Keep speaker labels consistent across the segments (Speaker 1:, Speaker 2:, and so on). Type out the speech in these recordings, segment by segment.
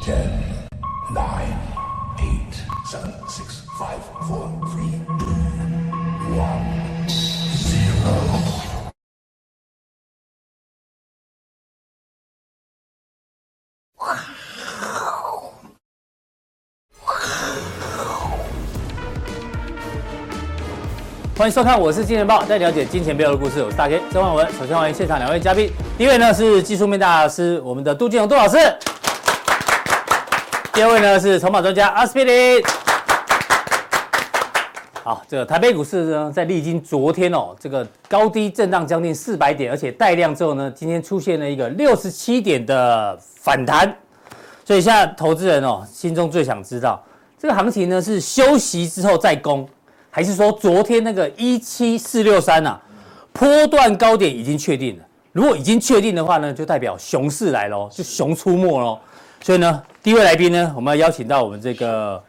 Speaker 1: Ten, nine, eight, seven, six, five, four, three, two, one, zero.
Speaker 2: 欢迎收看，我是金钱豹，带你了解金钱背后的故事。我是大 K 曾焕文。首先欢迎现场两位嘉宾，第一位呢是技术面大师，我们的杜金龙杜老师；第二位呢是筹码专家阿斯匹林。好，这个台北股市呢，在历经昨天哦，这个高低震荡将近四百点，而且带量之后呢，今天出现了一个六十七点的反弹，所以现在投资人哦，心中最想知道这个行情呢是休息之后再攻，还是说昨天那个一七四六三啊，波段高点已经确定了？如果已经确定的话呢，就代表熊市来喽，就熊出没喽。所以呢，第一位来宾呢，我们要邀请到我们这个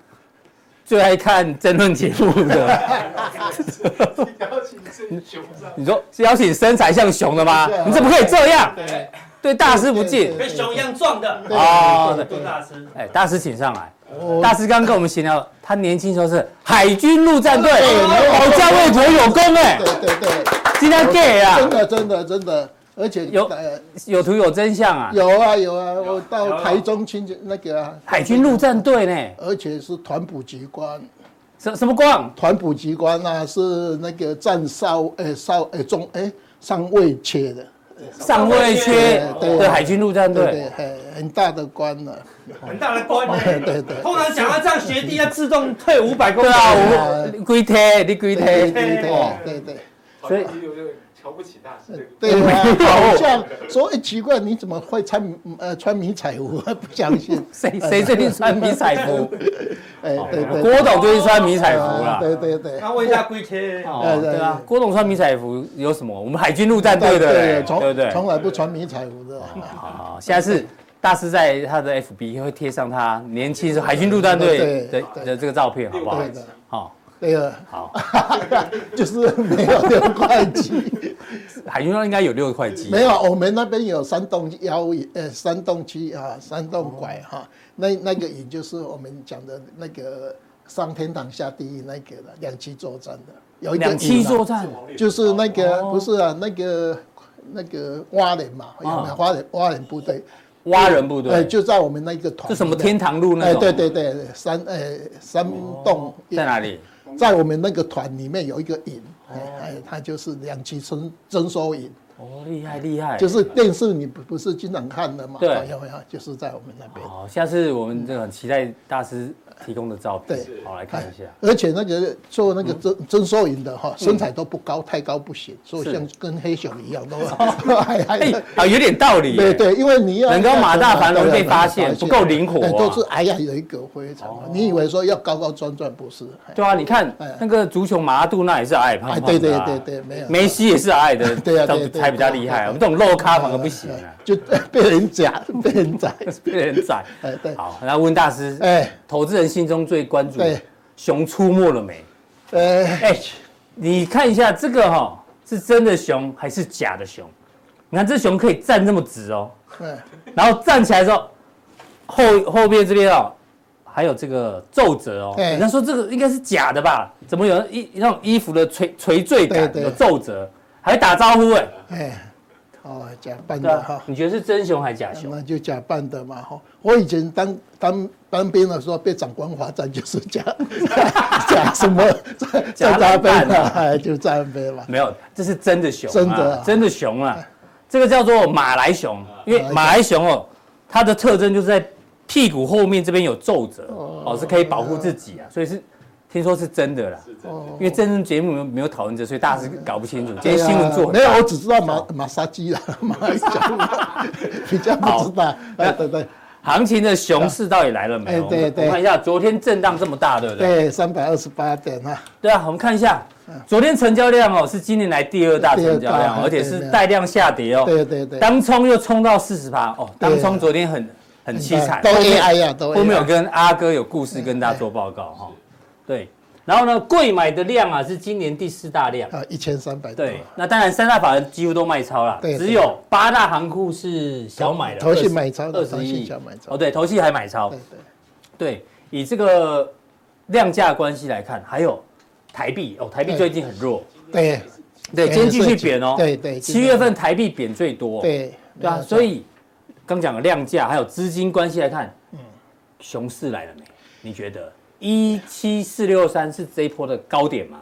Speaker 2: 最爱看争论节目的，
Speaker 3: 邀请真熊上，
Speaker 2: 你说是邀请身材像熊的吗
Speaker 3: 对啊？
Speaker 2: 你怎么可以这样？
Speaker 3: 对，
Speaker 2: 对大师不敬
Speaker 4: 被熊一样撞的。
Speaker 2: 啊！对，
Speaker 4: 杜大师，
Speaker 2: 哎，大师请上来。
Speaker 3: 我
Speaker 2: 大师刚刚跟我们闲聊，他年轻时候是海军陆战队，
Speaker 3: 对
Speaker 2: 保家卫国有功哎，
Speaker 3: 对对对，
Speaker 2: 今天 gay 啊，
Speaker 3: 真的真的真的，而且
Speaker 2: 有
Speaker 3: 呃
Speaker 2: 有图有真相啊，
Speaker 3: 有啊有啊，我到台中亲戚那个啊，
Speaker 2: 海军陆战队呢，
Speaker 3: 而且是团补级官，
Speaker 2: 什什么光？
Speaker 3: 团补级官啊是那个战少呃少呃中哎上尉切的，
Speaker 2: 上位缺
Speaker 3: 对
Speaker 2: 对海军陆战
Speaker 3: 对
Speaker 2: 队
Speaker 3: 对，，很很大的官啊了，
Speaker 4: 很大的官
Speaker 3: 对
Speaker 4: 呢。
Speaker 3: 对对。
Speaker 4: 通常讲到这样，学弟要自动退五百公
Speaker 2: 对
Speaker 4: 尺。
Speaker 2: 啊，
Speaker 3: 对啊
Speaker 2: 我们龟贴你龟
Speaker 3: 对
Speaker 2: 贴，
Speaker 3: 对对对对
Speaker 2: 哦所以
Speaker 3: 对啊！好像说，哎，奇怪，你怎么会穿呃穿迷彩服？ 不 相信，
Speaker 2: 谁谁最近穿迷彩服？
Speaker 3: 哎，对对，
Speaker 2: 郭董最近穿迷彩服啦。
Speaker 3: 对对对，
Speaker 4: 那问一下龟贴，
Speaker 2: 哦，对啊，郭董穿迷彩服有什么？我们海军陆战
Speaker 3: 对
Speaker 2: 队的嘞，
Speaker 3: 从
Speaker 2: 对不对？
Speaker 3: 从来不穿迷彩服的，
Speaker 2: 啊，现在是大师在他的 FB 会贴上他年轻时候海军陆战队的
Speaker 3: 对
Speaker 2: 的
Speaker 3: 对
Speaker 2: 的这个照片，好不好
Speaker 3: 对？的，
Speaker 2: 好，
Speaker 3: 对的，
Speaker 2: 好，
Speaker 3: 就是没有六块肌，
Speaker 2: 海军陆战队应该有六块肌，
Speaker 3: 没有，我们那边有山洞腰呃山洞区啊，山洞拐哈、那那个也就是我们讲的那个上天堂下地狱那个了，两栖作战的，有一个
Speaker 2: 两栖
Speaker 3: 营啊
Speaker 2: 作战，
Speaker 3: 就是那个
Speaker 2: 哦
Speaker 3: 不是啊，那个那个蛙人嘛，有没
Speaker 2: 哦
Speaker 3: 有蛙人蛙人部队？
Speaker 2: 蛙人部
Speaker 3: 呃
Speaker 2: 队，
Speaker 3: 就在我们那个团里面，
Speaker 2: 就什么天堂路那
Speaker 3: 哎，
Speaker 2: 种，哦
Speaker 3: 对，对对，山呃山洞
Speaker 2: 在哪里？
Speaker 3: 在我们那个团里面有一个营，哎哎，它就是两栖征征收营，
Speaker 2: 哦，厉害厉害，
Speaker 3: 就是电视你不不是经常看的嘛？
Speaker 2: 对哦
Speaker 3: 有没有？就是在我们那边。
Speaker 2: 好，下次我们这个很期待大师提供的照片
Speaker 3: 对，哎
Speaker 2: 好来看一下。嗯
Speaker 3: 而且那个做那个征征收营的哈，身材都不高，太高不行，所以
Speaker 2: 是哦
Speaker 3: 像跟黑熊一样都 还还
Speaker 2: 哎，啊，有点道理耶，
Speaker 3: 对对，因为你要
Speaker 2: 人高马大反而被发现
Speaker 3: 对
Speaker 2: 不够灵活啊哦
Speaker 3: 哎都是哎呀有一个非常好，你以为说要高高壮壮不是？哎
Speaker 2: 对啊，你看那个足球马拉杜纳也是矮胖
Speaker 3: 哎，
Speaker 2: 胖
Speaker 3: 对对
Speaker 2: 的啊
Speaker 3: 对对，没有
Speaker 2: 梅西也是矮的，
Speaker 3: 对啊对对对
Speaker 2: 才比较厉害啊。我们这种肉咖反而不行啊，
Speaker 3: 哎就被人夹，被 人宰，
Speaker 2: 被人宰。
Speaker 3: 哎对，
Speaker 2: 好，那问大师，
Speaker 3: 哎
Speaker 2: 投资人心中最关注
Speaker 3: 对
Speaker 2: 熊出没了没？
Speaker 3: 哎。
Speaker 2: 哎，你看一下这个哈，是真的熊还是假的熊？你看这熊可以站这么直哦，
Speaker 3: 哎
Speaker 2: 然后站起来之后，后后边这边哦，还有这个皱褶哦。
Speaker 3: 哎
Speaker 2: 人家说这个应该是假的吧？怎么有一那种衣服的垂垂坠感
Speaker 3: 对对
Speaker 2: 有皱褶，还打招呼哎？
Speaker 3: 哎，哦，假扮
Speaker 2: 对
Speaker 3: 的
Speaker 2: 啊
Speaker 3: 哈，，
Speaker 2: 你觉得是真熊还是假熊？
Speaker 3: 那就假扮的嘛哈。我以前当当当兵的时候，被长官罚站就是假 假什么
Speaker 2: 假
Speaker 3: 在扎
Speaker 2: 浪
Speaker 3: 杯
Speaker 2: 漫
Speaker 3: 嘛
Speaker 2: 啊，
Speaker 3: 哎，就扎杯嘛。
Speaker 2: 没有，这是真的熊、啊，
Speaker 3: 真的啊
Speaker 2: 真的熊啊！这个叫做马来熊，因为马来熊哦，它的特征就是在屁股后面这边有皱褶哦，是可以保护自己啊，所以是听说是真的啦。
Speaker 3: 哦
Speaker 2: 因为真人节目没有没有讨论这，所以大家是搞不清楚。今天新闻做
Speaker 3: 啊哎没
Speaker 2: 很
Speaker 3: 有，
Speaker 2: 大
Speaker 3: 我只知道马马杀鸡啦， 马来西亚 比较不知道。哎，对对
Speaker 2: 行情的熊市到底来了没有？
Speaker 3: 哎对哎对
Speaker 2: 我们看一下，昨天震荡这么大，对不对？
Speaker 3: 对，三百二十八点啊，
Speaker 2: 对啊，我们看一下，昨天成交量哦是今年来第二大成交
Speaker 3: 第二
Speaker 2: 量哦，
Speaker 3: 大哎
Speaker 2: 而且
Speaker 3: 对
Speaker 2: 是
Speaker 3: 对
Speaker 2: 带量下跌哦。
Speaker 3: 对啊对对，
Speaker 2: 当冲又冲到四十趴哦，当冲
Speaker 3: 对
Speaker 2: 昨天很很凄惨，
Speaker 3: 都
Speaker 2: 后面
Speaker 3: AI 呀，都
Speaker 2: 后面有
Speaker 3: AI。
Speaker 2: 跟阿哥有故事跟大家做报告哈。对，然后呢，贵买的量啊是今年第四大量。
Speaker 3: 啊，一千三百多。
Speaker 2: 对，那当然三大法人几乎都卖超了，
Speaker 3: 对
Speaker 2: 只有八大行库是小买的，
Speaker 3: 投信买超
Speaker 2: 二
Speaker 3: 的
Speaker 2: 十
Speaker 3: 投信
Speaker 2: 亿
Speaker 3: 小买超
Speaker 2: 哦，对，投信还买超
Speaker 3: 对，对，
Speaker 2: 对，以这个量价关系来看，还有台币哦，台币
Speaker 3: 对
Speaker 2: 最近很弱，
Speaker 3: 对
Speaker 2: 对，今天继续贬哦，
Speaker 3: 对对
Speaker 2: 七月份台币贬最多，
Speaker 3: 对
Speaker 2: 对啊，
Speaker 3: 没有错
Speaker 2: 所以刚讲的量价还有资金关系来看，
Speaker 3: 嗯
Speaker 2: 熊市来了没？你觉得一七四六三是这一波的高点吗？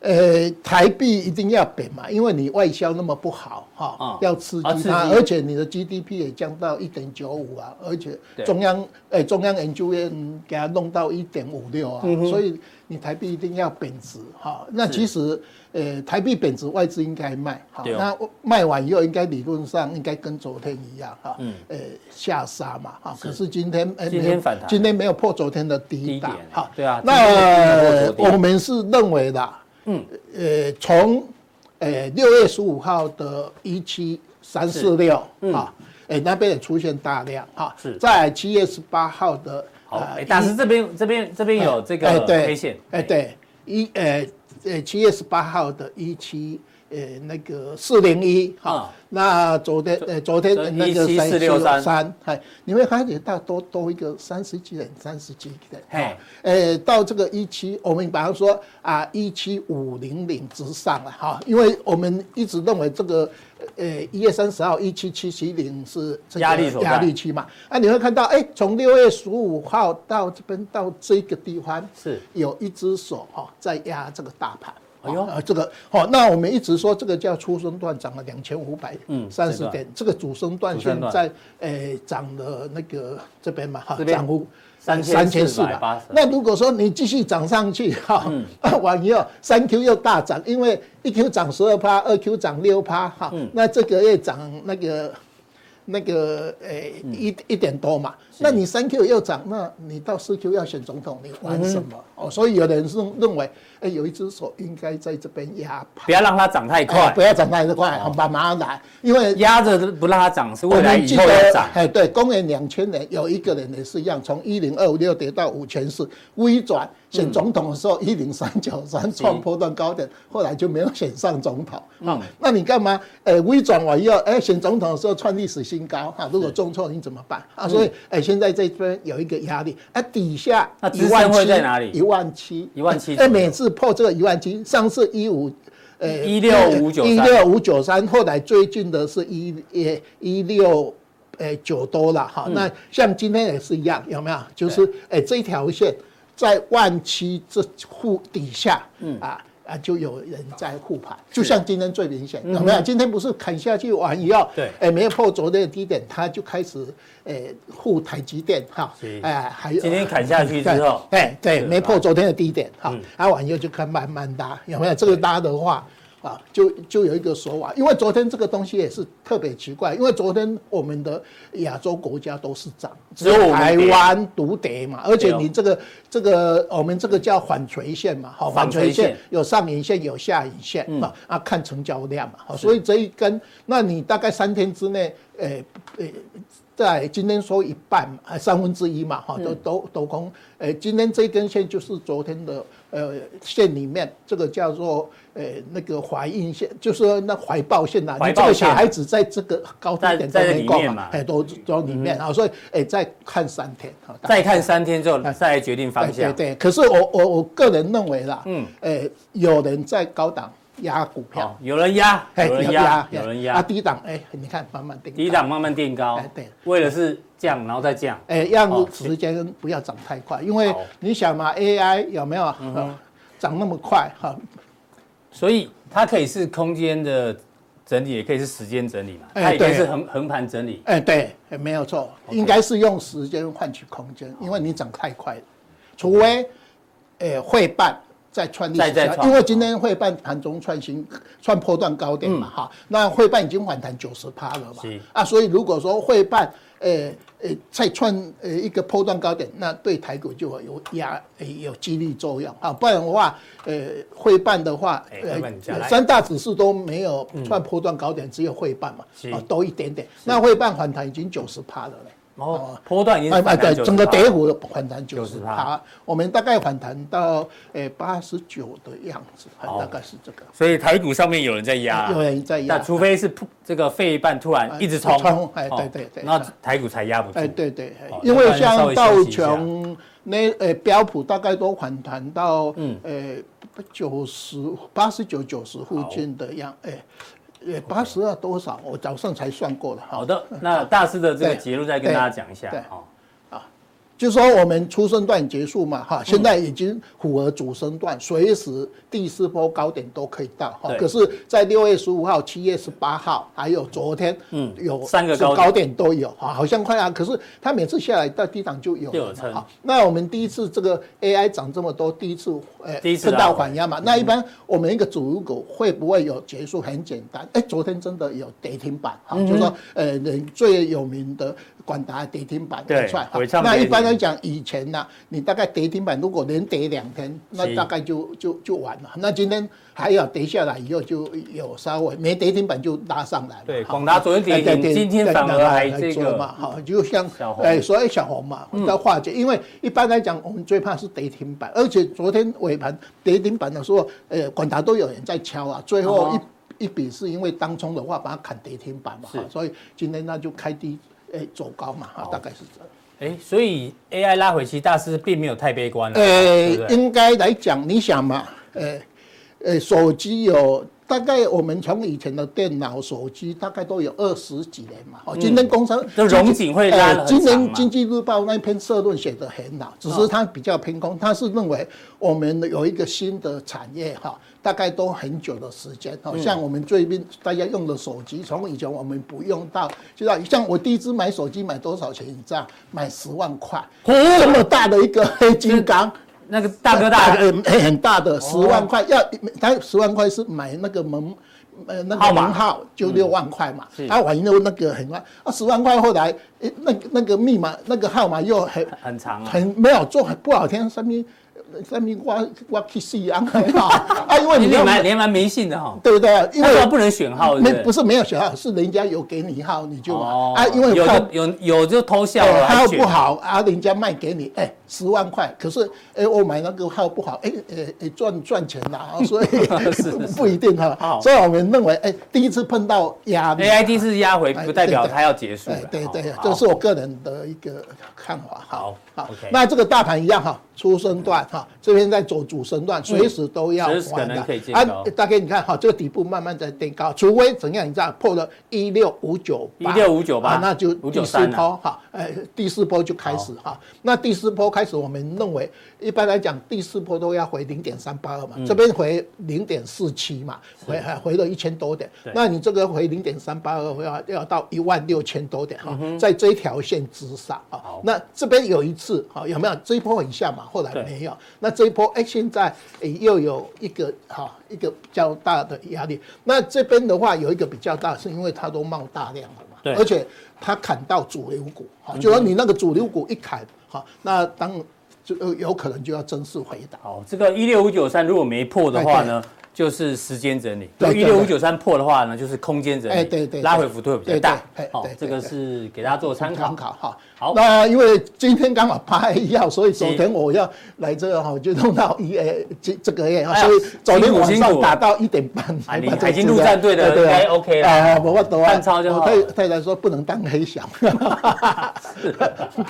Speaker 3: 呃，台币一定要贬嘛，因为你外销那么不好哈、
Speaker 2: 啊
Speaker 3: 要刺
Speaker 2: 啊刺
Speaker 3: 激
Speaker 2: 激
Speaker 3: 它，而且你的 GDP 也降到一点九五啊，而且
Speaker 2: 对
Speaker 3: 中央哎、中央研究院给它弄到一点五六啊、
Speaker 2: 嗯
Speaker 3: 所以你台币一定要贬值哈、那其实呃，台币贬值，外资应该卖哈、
Speaker 2: 对哦
Speaker 3: 那卖完以后应该理论上应该跟昨天一样哈、呃下杀嘛哈、可是今天哎、
Speaker 2: 嗯今天
Speaker 3: 没有
Speaker 2: 反弹
Speaker 3: 今天没有破昨天的低
Speaker 2: 低
Speaker 3: 档
Speaker 2: 点
Speaker 3: 哈、
Speaker 2: 对啊今天没有破昨
Speaker 3: 那
Speaker 2: 天
Speaker 3: 我我们是认为啦，嗯，呃，从呃六月十五号的一七三四六啊，哎那边也出现大量啊，
Speaker 2: 是
Speaker 3: 在七月十八号的呃
Speaker 2: 好，哎，
Speaker 3: 啊一
Speaker 2: 大师这边这边这边有这个
Speaker 3: 哎对
Speaker 2: 黑线，
Speaker 3: 哎对一呃呃七月十八号的一七。呃，那个四零一哈
Speaker 2: 啊，
Speaker 3: 那昨天呃，昨天
Speaker 2: 昨
Speaker 3: 那个
Speaker 2: 17463
Speaker 3: 三，哎，你会发觉到多多一个三十几点，三十几点，
Speaker 2: 嘿
Speaker 3: 哎，呃，到这个一七，我们把它说啊，一七五零零之上了哈，因为我们一直认为这个呃一月三十号一七七七零是这个
Speaker 2: 压力所在
Speaker 3: 压力区嘛，啊，你会看到哎，从六月十五号到这边到这个地方
Speaker 2: 是
Speaker 3: 有一只手哈、在压这个大盘。
Speaker 2: 哎呦
Speaker 3: 呃，这个好、那我们一直说这个叫初升段涨了两千五百
Speaker 2: 嗯
Speaker 3: 三
Speaker 2: 这
Speaker 3: 十
Speaker 2: 个
Speaker 3: 点，这个主升段
Speaker 2: 主升
Speaker 3: 现
Speaker 2: 段
Speaker 3: 在呃涨了那个这边嘛哈
Speaker 2: 这，边
Speaker 3: 涨幅
Speaker 2: 3480
Speaker 3: 嘛那如果说你继续涨上去哈，往以后三 Q 又大涨，因为一 Q 涨十二趴，二 Q 涨六趴哈，那这个月涨那个。那个呃、一一点多嘛，那你三 Q 又涨，那你到四 Q 要选总统，你玩什么？哦，所以有的人认认为，哎、有一只手应该在这边压盘，
Speaker 2: 不要让它涨太
Speaker 3: 哎
Speaker 2: 快
Speaker 3: 不，要涨太快，很把麻烦，因为
Speaker 2: 压着不让它涨是
Speaker 3: 我
Speaker 2: 未来
Speaker 3: 们
Speaker 2: 以
Speaker 3: 记
Speaker 2: 后要涨
Speaker 3: 得，。哎，对，公元两千年有一个人也是一样，从一零二五六跌到五千四，微
Speaker 2: 嗯
Speaker 3: 转选总统的时候一零三九三创波段高点，后来就没有选上总统。
Speaker 2: 嗯
Speaker 3: 嗯，那你干嘛？哎，微转完以后，哎，选总统的时候创历史新高哈，如果中错你怎么办
Speaker 2: 嗯
Speaker 3: 啊？所以，哎，现在这边有一个压力，啊，底下
Speaker 2: 那支
Speaker 3: 一万
Speaker 2: 撑会
Speaker 3: 七
Speaker 2: 在哪里
Speaker 3: 一万七，
Speaker 2: 17,000
Speaker 3: 哎，每次破这个一万七，上次一五。呃
Speaker 2: 16593
Speaker 3: 一六五九三，后来最近的是一呃一六呃九多了
Speaker 2: 嗯
Speaker 3: 哈。那像今天也是一样，有没有？就是哎、这条线在万七这户底下，嗯啊。啊，就有人在护盘，就像今天最明显，有没有？今天不是砍下去完以后，
Speaker 2: 嗯对
Speaker 3: 哎，没有破昨天的低点，它就开始，哎，护台积电哈
Speaker 2: 是，
Speaker 3: 哎，还有
Speaker 2: 今天砍下去之后
Speaker 3: 哎， 对，
Speaker 2: 是啊嗯
Speaker 3: 没破昨天的低点哈，啊，往右就看慢慢拉，有没有？这个拉的话。啊，就就有一个说法，因为昨天这个东西也是特别奇怪，因为昨天我们的亚洲国家都是涨，
Speaker 2: 只有我们
Speaker 3: 台
Speaker 2: 跌
Speaker 3: 湾独跌嘛，而
Speaker 2: 对
Speaker 3: 且
Speaker 2: 哦
Speaker 3: 你这个这个我们这个叫反垂线嘛，好，
Speaker 2: 反
Speaker 3: 反
Speaker 2: 垂
Speaker 3: 垂
Speaker 2: 线嗯
Speaker 3: 线有上影线有下影线啊啊，看成交量嘛，好，所以这一根，那你大概三天之内，呃呃，在今天收一半嘛，呃三分之一嘛，哈，都
Speaker 2: 嗯
Speaker 3: 都都空。呃，今天这一根线就是昨天的呃线里面，这个叫做呃那个怀孕线，就是说那怀抱线呐、
Speaker 2: 怀
Speaker 3: 你
Speaker 2: 抱
Speaker 3: 这个
Speaker 2: 线
Speaker 3: 小孩子在这个高低点都
Speaker 2: 在在
Speaker 3: 没
Speaker 2: 里
Speaker 3: 过
Speaker 2: 面嘛嗯
Speaker 3: 嘛，哎，都都里面啊，所以哎再看三天啊，大概
Speaker 2: 再看三天之后，再来决定方
Speaker 3: 哎对对
Speaker 2: 向。
Speaker 3: 对，可是我我我个人认为啦，嗯，呃，有人在高档压股
Speaker 2: 好
Speaker 3: 票，，
Speaker 2: 有人压，
Speaker 3: 哎
Speaker 2: 哦有人压，有人
Speaker 3: 啊，
Speaker 2: 压，
Speaker 3: 低档哎，你看慢慢定，
Speaker 2: 低档，慢慢垫高
Speaker 3: 哎对，
Speaker 2: 为了是降，然后再降。
Speaker 3: 哎，
Speaker 2: 哦
Speaker 3: 让时间不要涨太快，因为
Speaker 2: 好嗯
Speaker 3: 你想嘛，AI 有没有呃涨那么快哈？
Speaker 2: 所以它可以是空间的整理，也可以是时间整理嘛，
Speaker 3: 哎
Speaker 2: 它也可以
Speaker 3: 对
Speaker 2: 是横横盘整理。
Speaker 3: 哎，对，哎没有错，应该是用时间换取空间，因为你涨太快了，除非呃会办。再创历史
Speaker 2: 再再
Speaker 3: 新高，
Speaker 2: 创
Speaker 3: 因为今天会办盘中创新创破段高点嘛，哈、那会办已经反弹九十趴了嘛
Speaker 2: 嗯是，
Speaker 3: 啊，所以如果说会办，呃呃，再创呃一个波段高点，那对台股就会有压、呃有激励作用啊，不然的话，呃，会办的话，
Speaker 2: 哎
Speaker 3: 呃
Speaker 2: 会办下来
Speaker 3: 三大指数都没有创波段高点，只有会办嘛
Speaker 2: 嗯是，
Speaker 3: 啊，多一点点，那会办反弹已经九十趴了嘞。
Speaker 2: 哦，波段已经
Speaker 3: 哎
Speaker 2: 是
Speaker 3: 哎，
Speaker 2: 反弹
Speaker 3: 对，
Speaker 2: 90%
Speaker 3: 整个跌幅反弹九十
Speaker 2: 90%
Speaker 3: 趴，我们大概反弹到诶八十九的样子，哎
Speaker 2: 哦
Speaker 3: 大概是这个。
Speaker 2: 所以台股上面有人在压，
Speaker 3: 有人在压
Speaker 2: 啊那，除非是噗这个费半突然一直冲，
Speaker 3: 哎冲哎
Speaker 2: 哦
Speaker 3: 对对对
Speaker 2: 那台股才压不住。
Speaker 3: 哎，对对
Speaker 2: 哦，
Speaker 3: 因
Speaker 2: 要不
Speaker 3: 为
Speaker 2: 然稍
Speaker 3: 像
Speaker 2: 微
Speaker 3: 道
Speaker 2: 休息一下
Speaker 3: 琼那呃标普大概都反弹到
Speaker 2: 嗯
Speaker 3: 呃九十八十九九十附近的样，哎，呃八十二多少？我早上才算过了哈
Speaker 2: 好。的，那大师的这个
Speaker 3: 对
Speaker 2: 结论再跟
Speaker 3: 对
Speaker 2: 大家讲一下
Speaker 3: 对
Speaker 2: 哦。
Speaker 3: 就说我们初升段结束嘛，
Speaker 2: 嗯
Speaker 3: 哈，现在已经符合主升段，随时第四波高点都可以到哈
Speaker 2: 对。
Speaker 3: 可是，在六月十五号、七月十八号，还有昨天，
Speaker 2: 嗯
Speaker 3: 有
Speaker 2: 三个
Speaker 3: 是
Speaker 2: 高点
Speaker 3: 高点都有哈，好像快啊。可是它每次下来到低档就有
Speaker 2: 就有
Speaker 3: 了嘛
Speaker 2: 撑
Speaker 3: 哈那我们第一次这个 AI 涨这么多，第一次呃
Speaker 2: 第一次嗯
Speaker 3: 碰
Speaker 2: 拉
Speaker 3: 到
Speaker 2: 回
Speaker 3: 反压嘛。那一般我们一个主股会不会有结束？很简单，哎，昨天真的有跌停板
Speaker 2: 嗯
Speaker 3: 哈，就说呃人最有名的广达跌停板
Speaker 2: 对
Speaker 3: 出来哈
Speaker 2: 回唱
Speaker 3: 那
Speaker 2: 跌
Speaker 3: 一般
Speaker 2: 停
Speaker 3: 来讲，以前呐、你大概跌停板如果连跌两天，
Speaker 2: 是
Speaker 3: 那大概就就就完了。那今天还要跌下来以后，就有稍微没跌停板就拉上来了。
Speaker 2: 对，
Speaker 3: 哈
Speaker 2: 广达昨天跌
Speaker 3: 哎
Speaker 2: 停，
Speaker 3: 对
Speaker 2: 今天
Speaker 3: 对
Speaker 2: 反
Speaker 3: 对
Speaker 2: 而还
Speaker 3: 来
Speaker 2: 这
Speaker 3: 做嘛，
Speaker 2: 个
Speaker 3: 好，就像
Speaker 2: 小红
Speaker 3: 哎，所以小红嘛
Speaker 2: 嗯
Speaker 3: 要化解，因为一般来讲，我们最怕是跌停板，而且昨天尾盘跌停板的时候，呃，广达都有人在敲啊，最后
Speaker 2: 哦
Speaker 3: 一一笔是因为当冲的话把它砍跌停板嘛，
Speaker 2: 是
Speaker 3: 哈所以今天那就开低。哎，走高嘛，哈，大概是这样。
Speaker 2: 哎，所以 AI 拉回，其实大师并没有太悲观了，哦
Speaker 3: 呃
Speaker 2: 对不，对？
Speaker 3: 应该来讲，你想嘛，呃，呃，手机有大概我们从以前的电脑、手机大概都有二十几年嘛。哦，今天工商
Speaker 2: 这荣嗯景会拉得很
Speaker 3: 今
Speaker 2: 长嘛
Speaker 3: 天经济日报那篇社论写得很好，只是它比较偏空，它是认为我们有一个新的产业哈，大概都很久的时间。哦，像我们最近大家用的手机，从以前我们不用到，就像像我第一支买手机买多少钱？你知道，买十万块，这么大的一个黑金刚。
Speaker 2: 那个大哥大哦
Speaker 3: 呃很很大的十万块，要他十万块是买那个门。呃，那
Speaker 2: 号
Speaker 3: 个
Speaker 2: 码嗯
Speaker 3: 门号就六万块嘛啊
Speaker 2: 是，
Speaker 3: 他玩的那个很万，啊十万块后来，诶那个那个密码那个号码又很
Speaker 2: 很长啊，
Speaker 3: 很没有做不好听，什么什么我我去死啊， 啊因 为
Speaker 2: 你
Speaker 3: 你
Speaker 2: 连
Speaker 3: 要
Speaker 2: 蛮连蛮迷信的哈，
Speaker 3: 对不对？因
Speaker 2: 他说
Speaker 3: 为
Speaker 2: 不能选号，对
Speaker 3: 没
Speaker 2: 对
Speaker 3: 不是没有选号，是人家有给你号你就买
Speaker 2: 哦
Speaker 3: 啊，因为
Speaker 2: 有
Speaker 3: 怕
Speaker 2: 就有有就偷笑
Speaker 3: 哎
Speaker 2: 了，还
Speaker 3: 号
Speaker 2: 选
Speaker 3: 不好啊，人家卖给你哎十万块，可是哎我买那个号不好，哎哎哎赚赚钱 啦，啊所以
Speaker 2: 是是
Speaker 3: 不一定哈
Speaker 2: 好。
Speaker 3: 所以我们认为哎第一次碰到压力
Speaker 2: ，AI 第一次压回，
Speaker 3: 哎
Speaker 2: 不代表
Speaker 3: 对对
Speaker 2: 它要结束
Speaker 3: 哎
Speaker 2: 了。哦
Speaker 3: 对对，
Speaker 2: 好
Speaker 3: 这是我个人的一个看法哈。
Speaker 2: 好
Speaker 3: 好
Speaker 2: OK，
Speaker 3: 那这个大盘一样哈，出升段哈，这边在走主升段，随时都要
Speaker 2: 嗯随时可
Speaker 3: 还
Speaker 2: 能
Speaker 3: 的
Speaker 2: 可以见
Speaker 3: 啊
Speaker 2: 高。
Speaker 3: 大概你看哈，这个底部慢慢在垫高，除非怎样，你知道破了一六五九八，
Speaker 2: 16598
Speaker 3: 啊那就第四
Speaker 2: 593啊
Speaker 3: 波哈，哎，第四波就开始哈。那第四波开始，我们认为一般来讲，第四波都要回零点三八二嘛，
Speaker 2: 嗯
Speaker 3: 这边回零点四七嘛，回呃回了一千多点
Speaker 2: 对。
Speaker 3: 那你这个回零点三八二，要要到一万六千多点哈，在这一条线之上啊
Speaker 2: 嗯好。
Speaker 3: 那这边有一次哈，有没有这一波很像嘛？后来
Speaker 2: 对
Speaker 3: 没有。那这一波哎，现在哎又有一个哈一个比较大的压力。那这边的话有一个比较大，是因为它都冒大量了嘛。
Speaker 2: 对
Speaker 3: 而且它砍到主流股，好，就说你那个主流股一砍，好，那当就呃有可能就要正式回档。
Speaker 2: 好，这个一六五九三如果没破的话呢，就是时间整理；
Speaker 3: 哎对
Speaker 2: 一
Speaker 3: 对
Speaker 2: 六
Speaker 3: 对
Speaker 2: 五九三破的话呢，就是空间整理。
Speaker 3: 哎对对对
Speaker 2: 拉回幅度会比较大
Speaker 3: 对对对。
Speaker 2: 好
Speaker 3: 对，对
Speaker 2: 这个是给大家做参考
Speaker 3: 参。考哈，
Speaker 2: 好
Speaker 3: 那因为今天刚好八月一号，所以昨天我要来这个哈，就弄到一呃这这个月啊，
Speaker 2: 哎呀
Speaker 3: 所以昨天晚
Speaker 2: 辛苦辛苦
Speaker 3: 上打到一点半
Speaker 2: 啊
Speaker 3: 才
Speaker 2: 你
Speaker 3: 把这
Speaker 2: 还已经
Speaker 3: 资
Speaker 2: 陆
Speaker 3: 料
Speaker 2: 战队的
Speaker 3: 哎对啊
Speaker 2: 应该 OK 了
Speaker 3: 哎，我我懂啊
Speaker 2: 看超就好
Speaker 3: 我太太太说不能当黑小，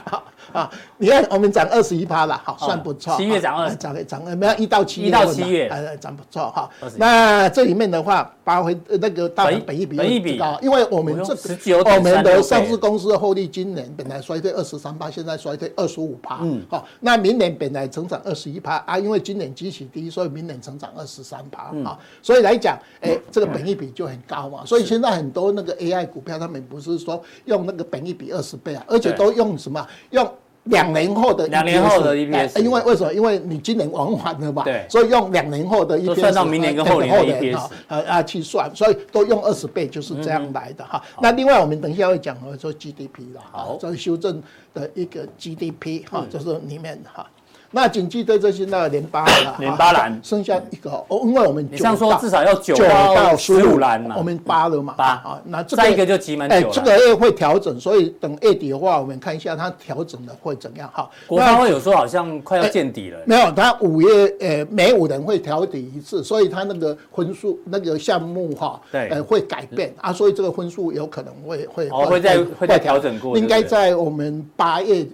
Speaker 3: 好啊，你看我们涨二十一趴了，好算不错，
Speaker 2: 七月涨
Speaker 3: 啊
Speaker 2: 20
Speaker 3: 涨涨没有一到七
Speaker 2: 一到
Speaker 3: 份
Speaker 2: 七
Speaker 3: 嘛
Speaker 2: 月
Speaker 3: 哎呃，涨不错哈
Speaker 2: 21。
Speaker 3: 那这里面的话，八回呃那个大
Speaker 2: 本
Speaker 3: 盘
Speaker 2: 益
Speaker 3: 本益比
Speaker 2: 本益比
Speaker 3: 比高，因为我
Speaker 2: 哎
Speaker 3: 们
Speaker 2: 呦
Speaker 3: 这
Speaker 2: 19.36
Speaker 3: 我们的上
Speaker 2: 倍
Speaker 3: 市公司的获利今年本来衰退二十三趴，现在衰退二十五趴，嗯，好，那明年本来成长二十一趴啊，因为今年基期低，所以明年成长二十三趴
Speaker 2: 嗯
Speaker 3: 啊，所以来讲，哎，这个本益比就很高嘛，所以现在很多那个 AI 股票，他们不是说用那个本益比二十倍啊，而且
Speaker 2: 对
Speaker 3: 都用什么啊用。两年后的
Speaker 2: 两年后的
Speaker 3: EPS 哎
Speaker 2: EPS
Speaker 3: 因为为什么？因为你今年玩完了嘛，
Speaker 2: 对
Speaker 3: 所以用两年后的 EPS
Speaker 2: 都算到明年跟
Speaker 3: 呃
Speaker 2: 后年的 E
Speaker 3: 等后
Speaker 2: EPS
Speaker 3: 哈呃啊去算，所以都用二十倍就是这样来的哈。那另外我们等一下会讲呃说 GDP 了，
Speaker 2: 嗯好嗯，
Speaker 3: 哈，这个修正的一个 GDP 哈，就是里面哈。那景气对这些那连八了
Speaker 2: 连八篮
Speaker 3: 啊剩下一个哦，因为我们
Speaker 2: 你
Speaker 3: 九
Speaker 2: 上说
Speaker 3: 到
Speaker 2: 至少要九
Speaker 3: 九
Speaker 2: 到
Speaker 3: 到
Speaker 2: 十
Speaker 3: 十
Speaker 2: 五
Speaker 3: 五
Speaker 2: 篮嘛
Speaker 3: 我，们八了嘛，
Speaker 2: 八
Speaker 3: 啊，那这
Speaker 2: 再一个就集满
Speaker 3: 哎，
Speaker 2: 九
Speaker 3: 这
Speaker 2: 了。
Speaker 3: 个月会调整，所以等月底的话，我们看一下它调整的会怎样。好，
Speaker 2: 国
Speaker 3: 那哎
Speaker 2: 发会有说好像快要见底了，
Speaker 3: 没有，它五月呃每五人会调底一次，所以它那个分数那个项目哈，
Speaker 2: 对
Speaker 3: 呃会改变啊，所以这个分数有可能会会
Speaker 2: 哦会再会再调
Speaker 3: 调
Speaker 2: 整过
Speaker 3: 应
Speaker 2: 对
Speaker 3: 该
Speaker 2: 不对
Speaker 3: 在我们八月。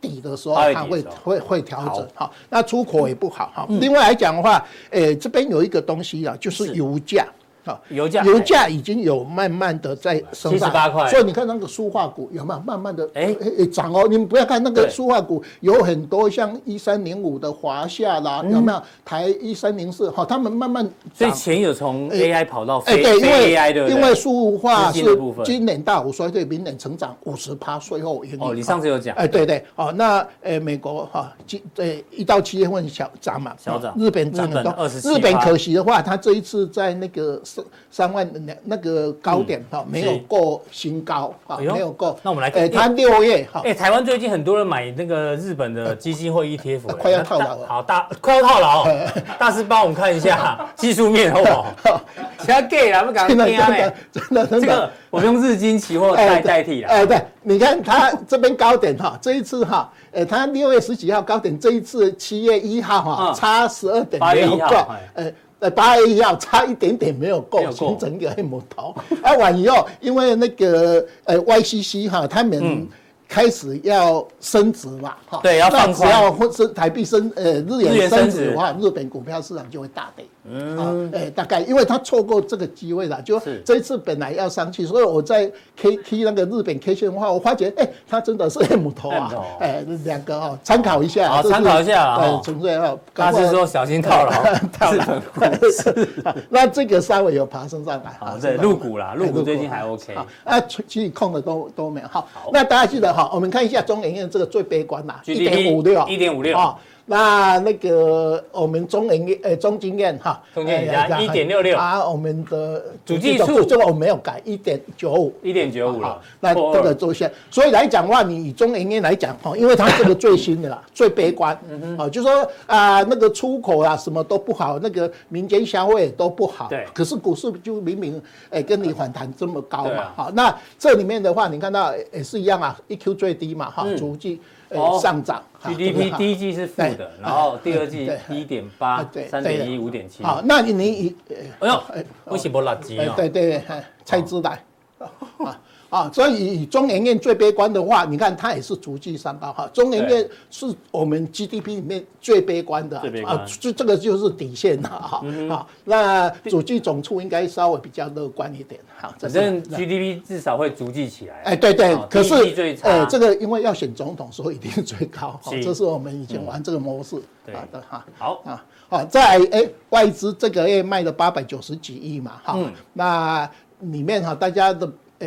Speaker 3: 底的时候，
Speaker 2: 八月底
Speaker 3: 它会
Speaker 2: 的时候
Speaker 3: 会会调
Speaker 2: 好嗯
Speaker 3: 整好，那出口也不好哈。另外来讲的话，呃，这边有一个东西啊，就是
Speaker 2: 是
Speaker 3: 油价啊，
Speaker 2: 油价
Speaker 3: 油价已经有慢慢的在升上，
Speaker 2: 78块
Speaker 3: 所以你看那个塑化股有没有慢慢的
Speaker 2: 哎
Speaker 3: 哎涨哦？你们不要看那个
Speaker 2: 对
Speaker 3: 塑化股有很多像一三零五的华夏啦，
Speaker 2: 嗯
Speaker 3: 有没有台一三零四？好，他们慢慢
Speaker 2: 所以
Speaker 3: 涨
Speaker 2: 钱有从
Speaker 3: 哎
Speaker 2: AI 跑到
Speaker 3: 哎，
Speaker 2: 非
Speaker 3: 对，因
Speaker 2: 非
Speaker 3: 为
Speaker 2: AI 的，
Speaker 3: 因为塑化
Speaker 2: 资金
Speaker 3: 是
Speaker 2: 的部分
Speaker 3: 今年大幅衰退，明年成长五十趴税后盈利。
Speaker 2: 哦，你上次有讲
Speaker 3: 哎，对对，哦，那呃，美国哈，今对一到七月份小涨嘛，
Speaker 2: 小涨
Speaker 3: 哦日本涨
Speaker 2: 日
Speaker 3: 很
Speaker 2: 本
Speaker 3: 多，
Speaker 2: 27%
Speaker 3: 日本可惜的话，它这一次在那个三三万两那个高点哈，没有
Speaker 2: 嗯是
Speaker 3: 过新高啊，
Speaker 2: 哎呦
Speaker 3: 没有过。
Speaker 2: 那我们来看
Speaker 3: 哎，它六月哈
Speaker 2: 哎、，台湾最近很多人买那个日本的基金或 E ETF，、了，
Speaker 3: 呃 快要套牢
Speaker 2: 哎
Speaker 3: 了
Speaker 2: 那
Speaker 3: 呃
Speaker 2: 大好大，快要套牢、哦 大师帮我们看一下技术面好不 好？其他 gay 啦，不敢
Speaker 3: 真 的真
Speaker 2: 听啊、欸
Speaker 3: 的。真的真
Speaker 2: 这个
Speaker 3: 的。
Speaker 2: 我们用日经期货
Speaker 3: 哎
Speaker 2: 代
Speaker 3: 对
Speaker 2: 代替啦。
Speaker 3: 哎，对，你看它这边高点哈，这一次哈，哎，它六月十几号高点，这一次七月一号
Speaker 2: 嗯
Speaker 3: 哈，差十二点
Speaker 2: 8月
Speaker 3: 没
Speaker 2: 1
Speaker 3: 有
Speaker 2: 号
Speaker 3: 够
Speaker 2: 哎，
Speaker 3: 呃。呃，八月一号差一点点没有够
Speaker 2: 没有，够
Speaker 3: 形成一个黑魔头。 啊，完以后，因为那个呃 YCC 哈，他们开始要升值嘛，哈、
Speaker 2: 嗯对要放
Speaker 3: 那只
Speaker 2: 宽
Speaker 3: 要或是台币升呃日
Speaker 2: 日元
Speaker 3: 元
Speaker 2: 升
Speaker 3: 升
Speaker 2: 值
Speaker 3: 值的话，日本股票市场就会大跌。嗯，哎、大概因为他错过这个机会了，就是这一次本来要上去，所以我在 K K 那个日本 K 线的话，我发觉哎、它真的是 M 头啊
Speaker 2: M 头，
Speaker 3: 哎、两个哦，参考一下，
Speaker 2: 好
Speaker 3: 这是
Speaker 2: 参考一下啦
Speaker 3: 对
Speaker 2: 哦，
Speaker 3: 纯粹哦，
Speaker 2: 大师说小心套
Speaker 3: 哎
Speaker 2: 牢，日本 股市。
Speaker 3: 那这个稍微有爬升上来，
Speaker 2: 好
Speaker 3: 啊
Speaker 2: 对
Speaker 3: 是吧
Speaker 2: 入股啦
Speaker 3: 哎
Speaker 2: 入股最近还 OK
Speaker 3: 好啊，其其实空的都都没有。好，那大家记得哈，我们看一下中研院这个最悲观啦，一
Speaker 2: GDP
Speaker 3: 点五六，
Speaker 2: 1.56
Speaker 3: 啊。那那个我们中研院呃中经院哈，
Speaker 2: 中经院
Speaker 3: 哎
Speaker 2: 加
Speaker 3: 哎
Speaker 2: 1.66
Speaker 3: 啊，我们的
Speaker 2: 主计处
Speaker 3: 这个我没有改，一点九五，
Speaker 2: 一点九五了哦
Speaker 3: 好，那
Speaker 2: 破
Speaker 3: 这个
Speaker 2: 二
Speaker 3: 周线，所以来讲的话，你以中银业来讲哦哈，因为它这个最新 的啦，最悲观，
Speaker 2: 嗯
Speaker 3: 哦，就说啊、那个出口啊什么都不好，那个民间消费也都不好，
Speaker 2: 对
Speaker 3: 可是股市就明明哎、跟你反弹这么高
Speaker 2: 对
Speaker 3: 嘛
Speaker 2: 啊，
Speaker 3: 好、那这里面的话，你看到也也是一样啊，一 Q 最低嘛哈，逐季、呃
Speaker 2: 嗯哦
Speaker 3: 上涨哈对不
Speaker 2: GDP
Speaker 3: 对
Speaker 2: 第一季是负
Speaker 3: 对
Speaker 2: 的，然后第二季
Speaker 3: 对
Speaker 2: 一点八
Speaker 3: 啊、对
Speaker 2: 三
Speaker 3: 对的
Speaker 2: 点一、五点七。
Speaker 3: 好，那你你以
Speaker 2: 哎
Speaker 3: 呃
Speaker 2: 呦，我是不垃圾
Speaker 3: 哎，
Speaker 2: 哦。
Speaker 3: 对对， 哎蔡之 来，啊啊，所以以中研院最悲观的话，你看它也是逐季上高哈。中研院是我们 GDP 里面最悲观的
Speaker 2: 最悲观嗯
Speaker 3: 啊，这这个就是底线了哈。啊，那主计总处应该稍微比较乐观一点哈。这
Speaker 2: 反
Speaker 3: 是
Speaker 2: 正 GDP 至少会逐季起来。
Speaker 3: 哎，对对
Speaker 2: 哦，
Speaker 3: 可
Speaker 2: 第一季最
Speaker 3: 是
Speaker 2: 差
Speaker 3: 呃，这个因为要选总统，所以一定最高哈。
Speaker 2: 是嗯
Speaker 3: 这是我们以前玩这个模式
Speaker 2: 对
Speaker 3: 好的哈。
Speaker 2: 好，
Speaker 3: 啊，好，再来，哎，外资这个月卖了八百九十几亿嘛，哈、
Speaker 2: 嗯
Speaker 3: 那里面哈、大家的呃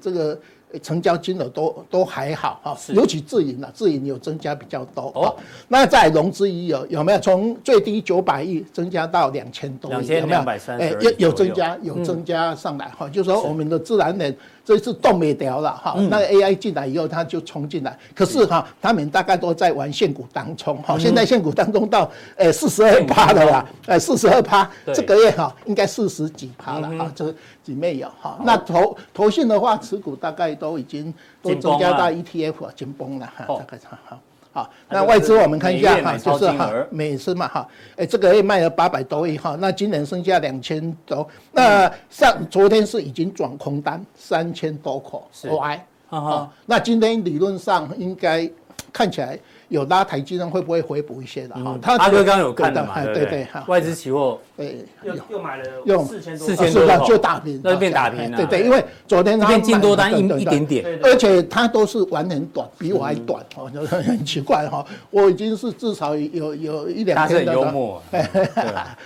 Speaker 3: 这个呃成交金额都都还好哈、尤其自营啊，自营有增加比较多。
Speaker 2: 哦
Speaker 3: 哦，那在融资余额有没有从最低九百亿增加到两千多亿？
Speaker 2: 2232
Speaker 3: 有没有？
Speaker 2: 亿
Speaker 3: 哎
Speaker 2: 左右
Speaker 3: 有有增加，
Speaker 2: 嗯
Speaker 3: 有增加上来哈、就是说我们的自然人这次动没掉了哈、
Speaker 2: 嗯
Speaker 3: 那 AI 进来以后，它就冲进来，可是哈、他们大概都在玩现股当中
Speaker 2: 嗯
Speaker 3: 哈、现在现股当中到呃四十二趴了啦，呃四十二趴
Speaker 2: 对，嗯
Speaker 3: 这个月哈、应该四十几趴了啊，这里面有哈、那投投信的话，持股大概都已经都
Speaker 2: 紧绷
Speaker 3: 增加
Speaker 2: 了
Speaker 3: 到 ETF 啊，紧绷了哈、
Speaker 2: 哦
Speaker 3: 大概哈好。好，
Speaker 2: 那这
Speaker 3: 那
Speaker 2: 个
Speaker 3: 外
Speaker 2: 是
Speaker 3: 资我们看一下
Speaker 2: 每月
Speaker 3: 哈，
Speaker 2: 买超
Speaker 3: 就是
Speaker 2: 金
Speaker 3: 哈
Speaker 2: 额
Speaker 3: 每次嘛哈，哎，这个月卖了八百多亿哈，那今年剩下两千多，那上昨天是已经转空单三千多口
Speaker 2: 是
Speaker 3: Y，
Speaker 2: 哈哈
Speaker 3: 啊，那今天理论上应该看起来有拉抬，今天会不会回补一些的哈？
Speaker 2: 嗯
Speaker 3: 它
Speaker 2: 阿哥刚刚有看的嘛？
Speaker 3: 对
Speaker 2: 对
Speaker 3: 的
Speaker 2: 不
Speaker 3: 对
Speaker 2: 对
Speaker 3: 哎对哈，，
Speaker 2: 外资期货
Speaker 3: 对
Speaker 4: 又
Speaker 3: 有
Speaker 4: 又买了
Speaker 3: 用
Speaker 4: 四千多，
Speaker 2: 4000
Speaker 3: 啊
Speaker 2: 多
Speaker 3: 是的
Speaker 2: 口
Speaker 3: 就打平，
Speaker 2: 那就变
Speaker 3: 好
Speaker 2: 打
Speaker 3: 像
Speaker 2: 平了
Speaker 3: 哎对对，因为昨天
Speaker 2: 这
Speaker 3: 它
Speaker 2: 边进多单
Speaker 3: 买
Speaker 2: 一
Speaker 3: 对
Speaker 2: 一
Speaker 3: 对对
Speaker 2: 点嗯点，
Speaker 4: 对对
Speaker 3: 而且它都是玩很短，比我还短哦，就是很奇怪哈。我已经是至少有有一
Speaker 2: 他
Speaker 3: 两
Speaker 2: 是很
Speaker 3: 天的
Speaker 2: 幽默。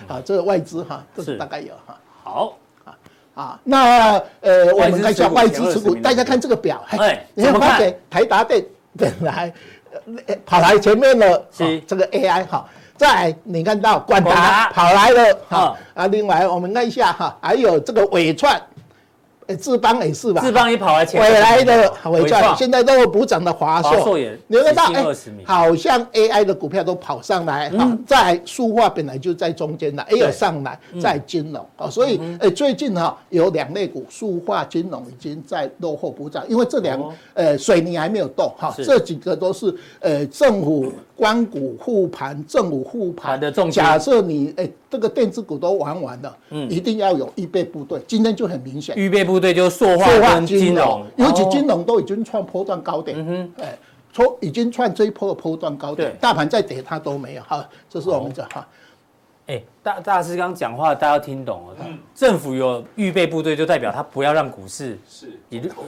Speaker 3: 啊，这个外资哈，这
Speaker 2: 是
Speaker 3: 是大概有哈。
Speaker 2: 好，
Speaker 3: 啊，那呃，我们看一下
Speaker 2: 外
Speaker 3: 外
Speaker 2: 资
Speaker 3: 资
Speaker 2: 持
Speaker 3: 持
Speaker 2: 股
Speaker 3: 股，
Speaker 2: 前20
Speaker 3: 大家看这个表，
Speaker 2: 哎
Speaker 3: 你
Speaker 2: 怎
Speaker 3: 会
Speaker 2: 么看
Speaker 3: 发现台达电本来呃跑来前面了，
Speaker 2: 是
Speaker 3: 哦这个 AI 哈。再来你看到管
Speaker 2: 广达
Speaker 3: 达跑来了
Speaker 2: 啊
Speaker 3: 哈啊，另外我们看一下哈，还有这个伟创，诶志邦也是吧？
Speaker 2: 志邦也跑来啊前面
Speaker 3: 未来的
Speaker 2: 伟
Speaker 3: 伟
Speaker 2: 创
Speaker 3: 创，现在都有补涨的华
Speaker 2: 华硕
Speaker 3: 硕
Speaker 2: 也
Speaker 3: 你有看到
Speaker 2: 直
Speaker 3: 哎
Speaker 2: 近20米，
Speaker 3: 好像 AI 的股票都跑上来，
Speaker 2: 嗯
Speaker 3: 好，再来塑化本来就在中间的，哎也有上来，
Speaker 2: 嗯
Speaker 3: 再来金融哦，所以哎，最近哈有两类股，塑化、金融已经在落后补涨，因为这两呃水泥还没有动哈，
Speaker 2: 哦是
Speaker 3: 这几个都是呃政府关谷护盘、政府护
Speaker 2: 盘
Speaker 3: 盘
Speaker 2: 的重心嗯
Speaker 3: 假设你哎这个电子股都玩完了，一定要有预备部队，今天就很明显。
Speaker 2: 预备部队就是塑化
Speaker 3: 塑化
Speaker 2: 跟金融，
Speaker 3: 尤其
Speaker 2: 哦
Speaker 3: 金融都已经创波段高点，嗯哼，哎，创已经创这一波的波段高点
Speaker 2: 对，哦
Speaker 3: 大盘再跌它都没有哈，这是我们讲哈，
Speaker 2: 哎、大大师刚讲话，大家要听懂哦。政府有预备部队，就代表他不要让股市是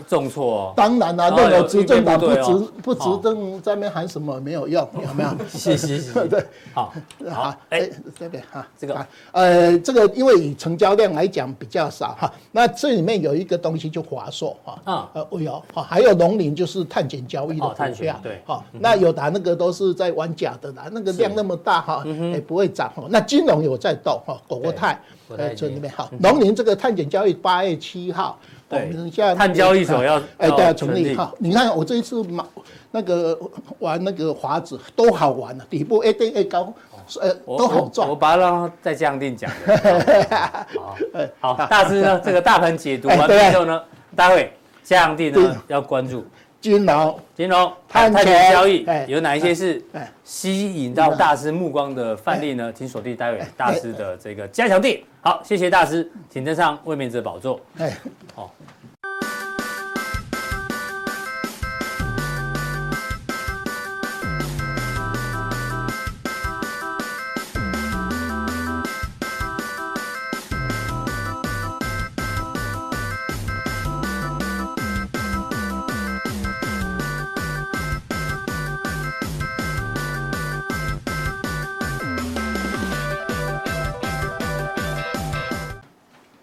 Speaker 2: 重挫哦。
Speaker 3: 当然啦、
Speaker 2: 哦
Speaker 3: 任
Speaker 2: 有
Speaker 3: 何执政党
Speaker 2: 预备
Speaker 3: 不
Speaker 2: 部队
Speaker 3: 执
Speaker 2: 哦
Speaker 3: 不执政在那边喊什么没有用，有没有？
Speaker 2: 是是是，
Speaker 3: 对
Speaker 2: 好，好
Speaker 3: 好，，
Speaker 2: 哎、
Speaker 3: 哎，这边哈，
Speaker 2: 这个
Speaker 3: 啊呃，这个因为以成交量来讲比较少哈，那这里面有一个东西就华硕哈，
Speaker 2: 啊
Speaker 3: 啊，呃，有哈，还有农林就是碳减交易的
Speaker 2: 哦碳
Speaker 3: 股
Speaker 2: 权
Speaker 3: 票，
Speaker 2: 对
Speaker 3: 哈，那有打那个都是在玩假的啦，那个量那么大哈，
Speaker 2: 嗯
Speaker 3: 也不会涨哈。那金融有在动哈，国泰
Speaker 2: 国泰
Speaker 3: 呃
Speaker 2: 金嗯
Speaker 3: 这里面哈，农林这个碳减交易八月七号，我
Speaker 2: 对
Speaker 3: 们现在
Speaker 2: 碳交易所要
Speaker 3: 哎
Speaker 2: 要
Speaker 3: 对啊成
Speaker 2: 成立
Speaker 3: 立哈。你看我这一次买那个玩那个华子多好玩啊，底部 A 对 A 高，呃
Speaker 2: 我
Speaker 3: 都好
Speaker 2: 我
Speaker 3: 赚
Speaker 2: 我。把它让它再降定讲的。 好，好，大师呢，这个大盘解读完
Speaker 3: 哎对嗯
Speaker 2: 毕之后呢，待会降定
Speaker 3: 对
Speaker 2: 呢要关注
Speaker 3: 金融
Speaker 2: 金融、
Speaker 3: 碳
Speaker 2: 碳
Speaker 3: 权
Speaker 2: 权交易
Speaker 3: 哎
Speaker 2: 有哪一些是
Speaker 3: 哎
Speaker 2: 吸引到大师目光的范例呢？请锁定待会大师的这个加强地。好，谢谢大师，请登上卫冕者宝 座。
Speaker 3: 哎。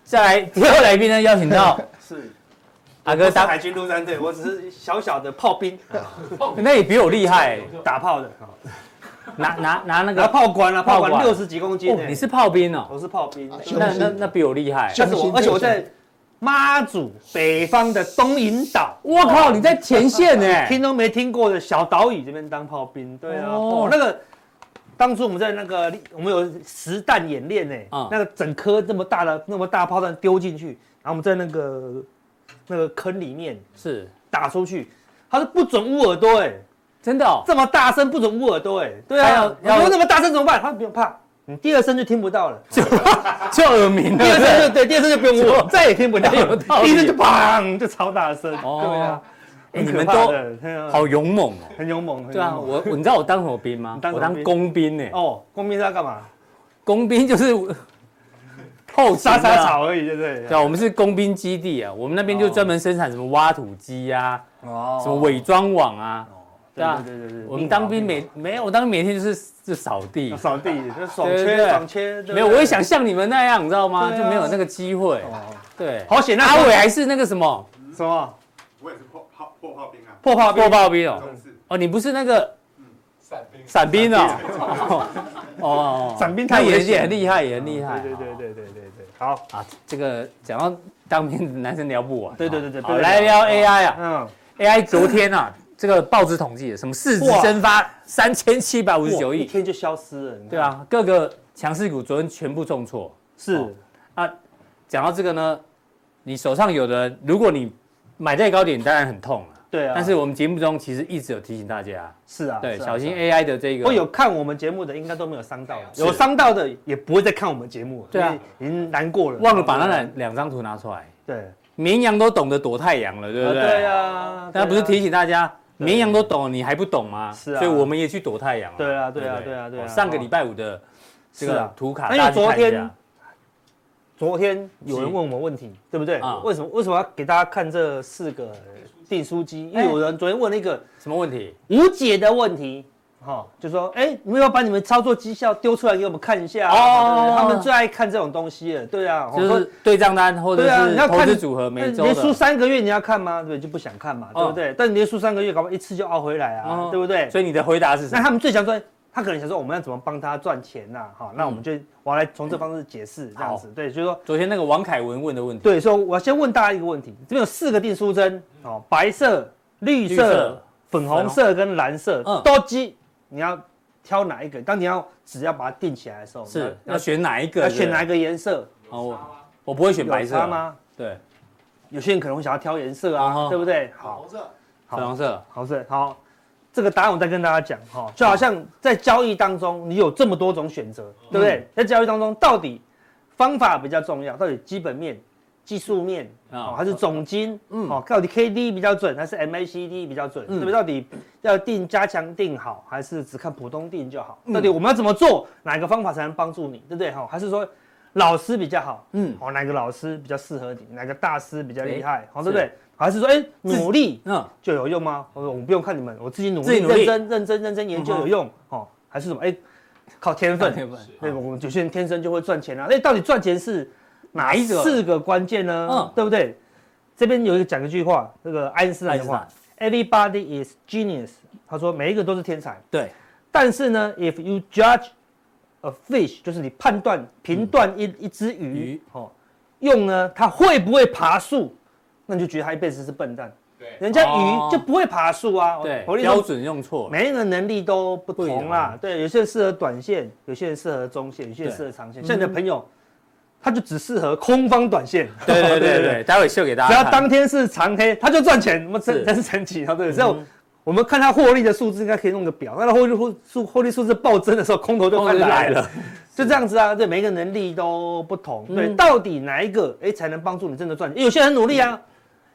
Speaker 2: 再来，第二位来宾呢，邀请到
Speaker 4: 是，
Speaker 2: 阿
Speaker 4: 我
Speaker 2: 哥
Speaker 4: 是
Speaker 2: 当
Speaker 4: 海军陆战队，我只是小小的炮兵，
Speaker 2: 那也比我厉害，
Speaker 4: 打炮的，
Speaker 2: 拿拿拿那
Speaker 4: 拿
Speaker 2: 个
Speaker 4: 炮欸管啊，
Speaker 2: 炮
Speaker 4: 炮
Speaker 2: 管
Speaker 4: 管六十几公斤
Speaker 2: 哦
Speaker 4: 呢，，
Speaker 2: 你是炮兵哦，
Speaker 4: 我是炮兵，
Speaker 3: 是
Speaker 2: 那 那那比我厉害。
Speaker 4: 但是我
Speaker 3: 雄心
Speaker 4: 而且我
Speaker 3: 对
Speaker 4: 在妈祖北方的东引岛，
Speaker 2: 我靠，你在前线欸
Speaker 4: 听
Speaker 2: 呢？
Speaker 4: 都没听过的小岛屿这边当炮兵，对啊，
Speaker 2: 哦
Speaker 4: 哦，那个当初我们在那个我们有实弹演练
Speaker 2: 啊
Speaker 4: 呢，那个整颗这么大的那么大炮弹丢进去，然后我们在那个那个坑里面
Speaker 2: 是
Speaker 4: 打出去，他是不准捂耳朵哎，
Speaker 2: 真的哦，
Speaker 4: 这么大声不准捂耳朵哎，对
Speaker 2: 还有
Speaker 4: 啊，你
Speaker 2: 还有
Speaker 4: 说那么大声怎么办？他说不用怕，你第二声就听不 到了。
Speaker 2: 就耳 鸣了。
Speaker 4: 第
Speaker 2: 对
Speaker 4: 二
Speaker 2: 不
Speaker 4: 声
Speaker 2: 对
Speaker 4: 就对，第二声就不用 我再也听不到
Speaker 2: 有
Speaker 4: 了
Speaker 2: 道，理
Speaker 4: 第一声就砰就超大声，
Speaker 2: 哦
Speaker 4: 对啊，
Speaker 2: 哎
Speaker 4: 很
Speaker 2: 你
Speaker 4: 可
Speaker 2: 们
Speaker 4: 怕
Speaker 2: 都
Speaker 4: 的对啊
Speaker 2: 好勇猛哦。
Speaker 4: 很勇猛，很
Speaker 2: 对啊，
Speaker 4: 勇猛
Speaker 2: 我我你知道我当什么兵吗
Speaker 4: 你？当
Speaker 2: 我
Speaker 4: 什么
Speaker 2: 当
Speaker 4: 兵
Speaker 2: 工兵呢。欸
Speaker 4: 哦，工兵是要干嘛？
Speaker 2: 工兵 就是后勤
Speaker 4: 杀
Speaker 2: 啊
Speaker 4: 杀。草而已，对不
Speaker 2: 对
Speaker 4: 对？
Speaker 2: 啊，我们是工兵基地啊，我们那边就专门生产什么挖土机啊，
Speaker 4: 哦
Speaker 2: 什么伪装网啊。
Speaker 4: 对
Speaker 2: 啊
Speaker 4: 对对对对，
Speaker 2: 我们当兵
Speaker 4: 没
Speaker 2: 每没有，我当兵每天就是就扫地，
Speaker 4: 扫地，就爽
Speaker 2: 对对对
Speaker 4: 缺爽缺，啊对不对
Speaker 2: 没有，我也想像你们那样，你知道吗？
Speaker 4: 对啊
Speaker 2: 就没有那个机会。
Speaker 4: 哦
Speaker 2: 对，
Speaker 4: 好险，那
Speaker 2: 阿伟还是那个什么
Speaker 4: 什么
Speaker 5: 我也是破炮破炮兵啊，
Speaker 4: 破炮兵嗯
Speaker 2: 破炮兵哦
Speaker 5: 上次
Speaker 2: 哦，你不是那个
Speaker 5: 伞兵
Speaker 2: 伞兵哦哦哦，
Speaker 4: 伞兵
Speaker 2: 他
Speaker 4: 太危
Speaker 2: 也
Speaker 4: 险哦
Speaker 2: 也很厉害，也很厉害。
Speaker 4: 对对对对对对对，好，
Speaker 2: 啊，这个讲到当兵，男生聊不完。啊
Speaker 4: 对对对对
Speaker 2: 好，
Speaker 4: 对
Speaker 2: 来聊
Speaker 4: 哦
Speaker 2: AI 啊。
Speaker 4: 嗯，
Speaker 2: AI 昨天啊，这个报纸统计的，什么市值
Speaker 4: 哇
Speaker 2: 蒸发三千七百五十九
Speaker 4: 哇一
Speaker 2: 亿，
Speaker 4: 天就消失了，你看
Speaker 2: 对，啊，各个强势股昨天全部重挫。哦
Speaker 4: 是
Speaker 2: 讲到这个呢，你手上有的，如果你买在高点，当然很痛了、
Speaker 4: 对啊，
Speaker 2: 但是我们节目中其实一直有提醒大家，
Speaker 4: 是啊，
Speaker 2: 对，
Speaker 4: 是啊
Speaker 2: 小心。
Speaker 4: 是啊
Speaker 2: AI 的这个。
Speaker 4: 我有看我们节目的，应该都没有伤到，
Speaker 2: 是
Speaker 4: 有伤到的也不会再看我们节目了，
Speaker 2: 对啊
Speaker 4: 因为已经难过了，
Speaker 2: 忘了把那两两张图拿出来，
Speaker 4: 对
Speaker 2: 绵羊都懂得躲太阳了，对不对？
Speaker 4: 对啊，
Speaker 2: 那不是提
Speaker 4: 提
Speaker 2: 醒大家，
Speaker 4: 对啊
Speaker 2: 绵羊都懂，你还不懂吗？
Speaker 4: 是啊
Speaker 2: 所以我们也去躲太阳了。
Speaker 4: 对啊
Speaker 2: 不
Speaker 4: 对啊对啊
Speaker 2: 哦
Speaker 4: 对啊
Speaker 2: 上个礼拜五的这
Speaker 4: 是
Speaker 2: 个
Speaker 4: 啊
Speaker 2: 图卡，
Speaker 4: 那因为
Speaker 2: 大家去看一
Speaker 4: 昨
Speaker 2: 下
Speaker 4: 天。昨天有人问我们问题，对不对
Speaker 2: 啊？
Speaker 4: 为什么为什么要给大家看这四个订书机？因为
Speaker 2: 哎
Speaker 4: 有人昨天问了一个
Speaker 2: 什么问题？
Speaker 4: 无解的问题，哈，就说哎，你们要把你们操作绩效丢出来给我们看一下啊，
Speaker 2: 哦
Speaker 4: 对不对他们最爱看这种东西了，对啊，我
Speaker 2: 就
Speaker 4: 说
Speaker 2: 是对账单或者
Speaker 4: 对啊，你
Speaker 2: 是
Speaker 4: 要
Speaker 2: 投
Speaker 4: 看
Speaker 2: 资组合每周
Speaker 4: 连输
Speaker 2: 的，
Speaker 4: 三个月你要看吗？对不对，就不想看嘛，对不对？但你连输三个月，搞不好一次就熬回来啊
Speaker 2: 哦，
Speaker 4: 对不对？
Speaker 2: 所以你的回答是什
Speaker 4: 那
Speaker 2: 么？
Speaker 4: 他们最想说，他可能想说我们要怎么帮他赚钱呐、好，那我们就
Speaker 2: 嗯
Speaker 4: 我要来从这方式解释这样子，对，就是说
Speaker 2: 昨天那个王凯文问的问题，
Speaker 4: 对，所以我要先问大家一个问题：这边有四个订书针哦，白色、绿色、
Speaker 2: 嗯绿色
Speaker 4: 粉红色跟蓝色
Speaker 2: 嗯，
Speaker 4: 都鸡，你要挑哪一个？当你要只要把它定起来的时候，
Speaker 2: 是
Speaker 4: 你
Speaker 2: 要选哪一个？
Speaker 4: 要选哪一
Speaker 2: 一
Speaker 4: 个颜色？
Speaker 2: 个？哦，我我不会选白
Speaker 4: 有
Speaker 2: 色啊
Speaker 4: 差？吗？
Speaker 2: 对，
Speaker 4: 有些人可能会想要挑颜色啊，
Speaker 2: 嗯哼
Speaker 4: 对不对？好，
Speaker 5: 色，
Speaker 4: 好
Speaker 2: 粉红色，
Speaker 4: 好是好，这个答案我再跟大家讲哈、就好像在交易当中，你有这么多种选择，对不对？在交易当中，到底方法比较重要，到底基本面、技术面
Speaker 2: 啊
Speaker 4: 哦，还是总金？嗯，哦，到底 K D 比较准，还是 M A C D 比较准？对不对？到底要定加强定好，还是只看普通定就好？到底我们要怎么做？哪个方法才能帮助你？对不对？哈、还是说老师比较好？
Speaker 2: 嗯
Speaker 4: 嗯，哦，哪个老师比较适合你？哪个大师比较厉害？好、
Speaker 2: 是
Speaker 4: 对不对？还是说，哎，努力，
Speaker 2: 嗯，
Speaker 4: 就有用吗？哦我说我不用看你们，我自己努
Speaker 2: 自己
Speaker 4: 力、
Speaker 2: 努力嗯
Speaker 4: 认真、认真、认真研究有用哦，还是什么？哎，靠天分。
Speaker 2: 天分
Speaker 4: 对，我们有些人天生就会赚钱啊。那到底赚钱是哪一
Speaker 2: 个
Speaker 4: 四个关键呢
Speaker 2: 嗯？
Speaker 4: 对不对？这边有一个讲一句话，那个爱因斯坦的话：“Everybody is genius。”他说每一个都是天才，
Speaker 2: 对，
Speaker 4: 但是呢，if you judge a fish，就是你判断、评断一、一只鱼
Speaker 2: 嗯鱼
Speaker 4: 哦，用呢它会不会爬树，那你就觉得它一辈子是笨蛋。
Speaker 5: 对，
Speaker 4: 人家
Speaker 2: 哦
Speaker 4: 鱼就不会爬树啊。
Speaker 2: 对，
Speaker 4: 我的意思
Speaker 2: 标准用错了，
Speaker 4: 每一个人能力都不同啦。对，有些人适合短线，有些人适合中线，有些人
Speaker 2: 对
Speaker 4: 适合长线。像你的朋友，他就只适合空方短线。
Speaker 2: 对对对 对，待会秀给大
Speaker 4: 只
Speaker 2: 家
Speaker 4: 要
Speaker 2: 看。
Speaker 4: 当天是长黑，他就赚钱，那么
Speaker 2: 是嗯
Speaker 4: 真真是神奇啊！对，所以我们看他获利的数字，应该可以弄个表。那他获利数获利数字暴增的时候，空头就快
Speaker 2: 空
Speaker 4: 来
Speaker 2: 头就来了嗯
Speaker 4: 了， 就这样子啊。对，每一个能力都不同，对，到底哪一个哎才能帮助你真的赚钱？因为有些人很努力
Speaker 2: 嗯
Speaker 4: 啊。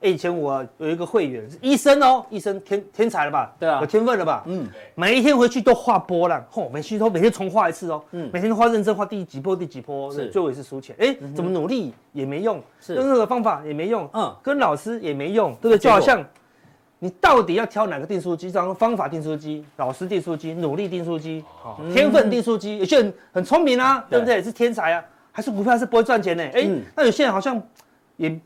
Speaker 4: 哎，以前我有一个会员是医生哦，医生天天才了吧？
Speaker 2: 对啊
Speaker 4: 有天分了吧？嗯，每一天回去都画波浪，吼，每去都每天重画一次哦，嗯，每天都画认真画第几波第几波，
Speaker 2: 是嗯
Speaker 4: 最后也是输钱，哎，怎么努力也没用，
Speaker 2: 是
Speaker 4: 用任何方法也没用，
Speaker 2: 嗯
Speaker 4: 嗯，跟老师也没用，对不对？就好像你到底要挑哪个订书机？这样方法订书机、老师订书机、努力订书机、哦天分订书机。有些人很聪明啊，对不对？是天才啊，还是股票是不会赚钱呢？哎
Speaker 2: 嗯，
Speaker 4: 那有些人好像也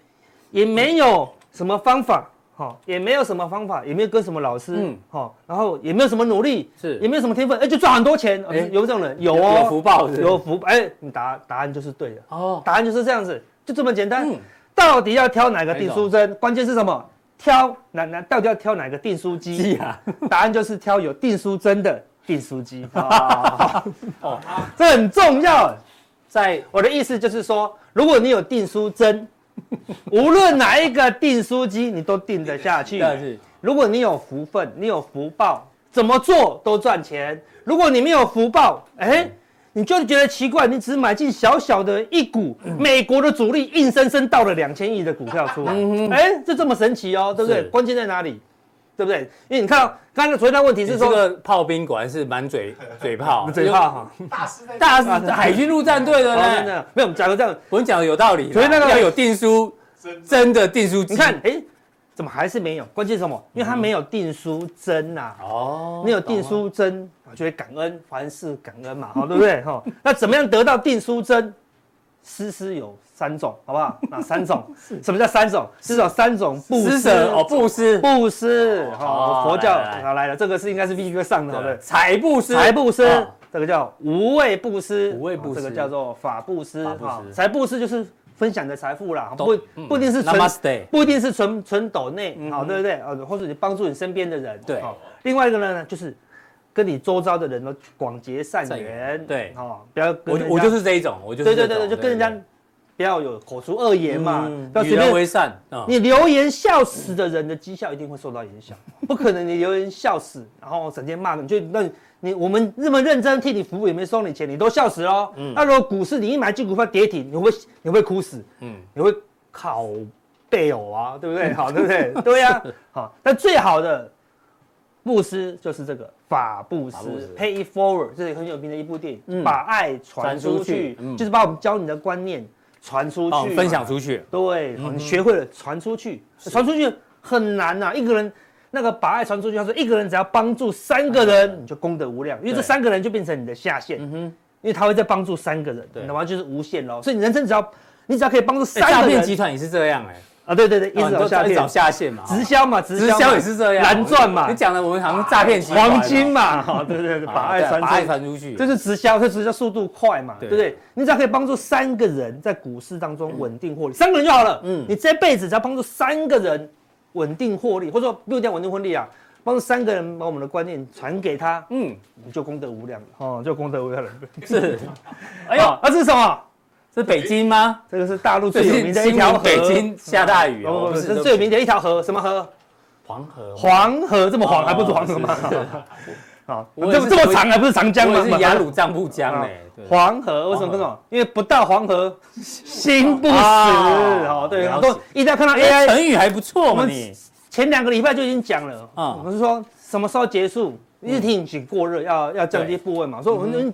Speaker 4: 也没有什么方法。哈，也没有什么方法，也没有跟什么老师，
Speaker 2: 嗯
Speaker 4: 嗯，哈，然后也没有什么努力，
Speaker 2: 是
Speaker 4: 也没有什么天分，哎，就赚很多钱，哦
Speaker 2: 哎
Speaker 4: 有这种人，有
Speaker 2: 有
Speaker 4: 哦，
Speaker 2: 有福报是不是
Speaker 4: 有福，哎，你答答案就是对的，
Speaker 2: 哦，
Speaker 4: 答案就是这样子，就这么简单。
Speaker 2: 嗯
Speaker 4: 到底要挑哪个订书针？关键是什么？挑哪哪？到底要挑哪个订书
Speaker 2: 是
Speaker 4: 机？
Speaker 2: 啊，
Speaker 4: 答案就是挑有订书针的订书机。 哦，这很重要。
Speaker 2: 在
Speaker 4: 我的意思就是说，如果你有订书 针，无论哪一个订书机，你都订得下去。
Speaker 2: 但是
Speaker 4: 如果你有福分，你有福报，怎么做都赚钱。如果你没有福报，哎、你就觉得奇怪，你只买进小小的一股，美国的主力硬生生倒了两千亿的股票出来，哎、就这么神奇哦，对不对？
Speaker 2: 嗯是
Speaker 4: 关键在哪里？对不对？因为你看到刚才昨天那问题
Speaker 2: 欸哎这
Speaker 4: 是说，哦
Speaker 2: 个炮兵果然是满嘴 嘴炮，
Speaker 4: 嘴巴哈，
Speaker 5: 大师在
Speaker 2: 大是海军陆战队的
Speaker 4: 哦真
Speaker 2: 呢。
Speaker 4: 的没有，我们假如这样，
Speaker 2: 我跟你讲的有道理啦，
Speaker 4: 所以那个
Speaker 2: 要有订书，
Speaker 5: 真的
Speaker 2: 真的订书机。
Speaker 4: 你看，哎、怎么还是没有？关键是什么？因为
Speaker 2: 嗯
Speaker 4: 它没有订书啊针呐、
Speaker 2: 哦，
Speaker 4: 没有订书针，就会感恩，凡事感恩嘛，哦好，对不对？哈， 那怎么样得到订书针？诗诗有三种，好 不好？哪三种？什么叫三种？至少三种布
Speaker 2: 施
Speaker 4: 施
Speaker 2: 舍哦，布施，
Speaker 4: 布施，
Speaker 2: 哦
Speaker 4: 好，佛教
Speaker 2: 来来来
Speaker 4: 好来了，这个是应该是必须上的，好的。
Speaker 2: 财布施，
Speaker 4: 财布施
Speaker 2: 哦，
Speaker 4: 这个叫无畏布施，啊
Speaker 2: 无畏布施
Speaker 4: 这个叫做法布施
Speaker 2: 法布施
Speaker 4: 哈。财布施就是分享你的财富啦，
Speaker 2: 懂
Speaker 4: 不
Speaker 2: 嗯
Speaker 4: 不一定是存
Speaker 2: Namaste 嗯
Speaker 4: 不一定是存存斗内，好对不对？啊，或者你帮助你身边的人，
Speaker 2: 对
Speaker 4: 好另外一个呢，就是跟你周遭的人都广结善
Speaker 2: 善
Speaker 4: 缘
Speaker 2: 缘，对
Speaker 4: 哦，不要跟
Speaker 2: 我
Speaker 4: 人
Speaker 2: 我
Speaker 4: 家
Speaker 2: 就是这一种，我就是
Speaker 4: 对对
Speaker 2: 这
Speaker 4: 对
Speaker 2: 种嗯
Speaker 4: 对，就跟人家不要有口出恶言嘛，不要
Speaker 2: 与
Speaker 4: 随
Speaker 2: 人
Speaker 4: 便
Speaker 2: 为善啊，
Speaker 4: 你留言笑死的人的绩效一定会受到影 响，不可能你留言笑死，然后整天骂你，就那你我们这么认真替你服务，也没收你钱，你都笑死喽。
Speaker 2: 嗯
Speaker 4: 那如果股市你一买进股票跌停，你会你会哭死，嗯，你会靠背偶啊，对 不对？好，对不对？对呀、好，但最好的牧师就是这个法布斯
Speaker 2: 法布斯嗯
Speaker 4: （Pay It Forward），这是很有名的一部电影，把爱
Speaker 2: 传
Speaker 4: 传
Speaker 2: 出
Speaker 4: 出去，
Speaker 2: 去嗯
Speaker 4: 就是把我们教你的观念传出去、
Speaker 2: 哦，分享出去，
Speaker 4: 对，好你学会了传出去，传出去很难啊呐、一个人那个把爱传出去，他说一个人只要帮助三个人，你就功德无量，因为
Speaker 2: 嗯对嗯
Speaker 4: 这三个人就变成你的下线，因为他会再帮助三个人，
Speaker 2: 对
Speaker 4: 你懂吗？就是无限喽。所以你人生只要你只要可以帮助
Speaker 2: 哎
Speaker 4: 三
Speaker 2: 诈
Speaker 4: 个
Speaker 2: 骗
Speaker 4: 人，
Speaker 2: 集团也是这样哎，
Speaker 4: 啊，对对对，一
Speaker 2: 哦
Speaker 4: 直
Speaker 2: 你都
Speaker 4: 找下
Speaker 2: 一直
Speaker 4: 骗
Speaker 2: 找，下线嘛，哦
Speaker 4: 直销嘛，直
Speaker 2: 直销也是这样，
Speaker 4: 蓝钻嘛
Speaker 2: 你，讲的我们好像诈骗集团
Speaker 4: 黄金嘛，哈，对对对，
Speaker 2: 啊
Speaker 4: 把爱
Speaker 2: 对啊
Speaker 4: 传
Speaker 2: 把爱
Speaker 4: 出去
Speaker 2: 传出去，
Speaker 4: 这是直销，这直销速度快嘛，
Speaker 2: 对
Speaker 4: 对不对？你只要可以帮助三个人在股市当中稳定获利，三个人就好了。
Speaker 2: 嗯
Speaker 4: 嗯，你这辈子只要帮助三个人稳定获利，或者说不一定要稳定获利啊，帮助三个人把我们的观念传给他，
Speaker 2: 嗯
Speaker 4: 你就功德无量了。哦，就功德无量了。
Speaker 2: 是， 哎
Speaker 4: 哎
Speaker 2: 呦
Speaker 4: 呦，，那这是什么？
Speaker 2: 是北京吗？
Speaker 4: 这个是大陆最
Speaker 2: 最
Speaker 4: 有名
Speaker 2: 近
Speaker 4: 的一
Speaker 2: 新
Speaker 4: 条
Speaker 2: 闻，
Speaker 4: 河
Speaker 2: 北京下大雨
Speaker 4: 哦，
Speaker 2: 哦，
Speaker 4: 不
Speaker 2: 不
Speaker 4: 不
Speaker 2: 是
Speaker 4: 这是
Speaker 2: 都
Speaker 4: 最有名的一条河，什么河？
Speaker 2: 黄河吗，
Speaker 4: 黄河，这么黄还不是黄河吗
Speaker 2: 哦？
Speaker 4: 啊，
Speaker 2: 我
Speaker 4: 这
Speaker 2: 也
Speaker 4: 么
Speaker 2: 是
Speaker 4: 这么长还不是长江
Speaker 2: 我
Speaker 4: 吗
Speaker 2: 也？是雅鲁藏布江
Speaker 4: 啊
Speaker 2: 哎，对
Speaker 4: 黄河为什么不懂？因为不到黄 河心不死。
Speaker 2: 啊
Speaker 4: 哦，对，
Speaker 2: 了解
Speaker 4: 很多一定要看到
Speaker 2: 哎，
Speaker 4: AI。
Speaker 2: 成语还不错嘛
Speaker 4: 我们
Speaker 2: 你，
Speaker 4: 前两个礼拜就已经讲了，
Speaker 2: 啊嗯
Speaker 4: 我们是说什么时候结束？日挺已经过热，要要降低部位嘛，所以我们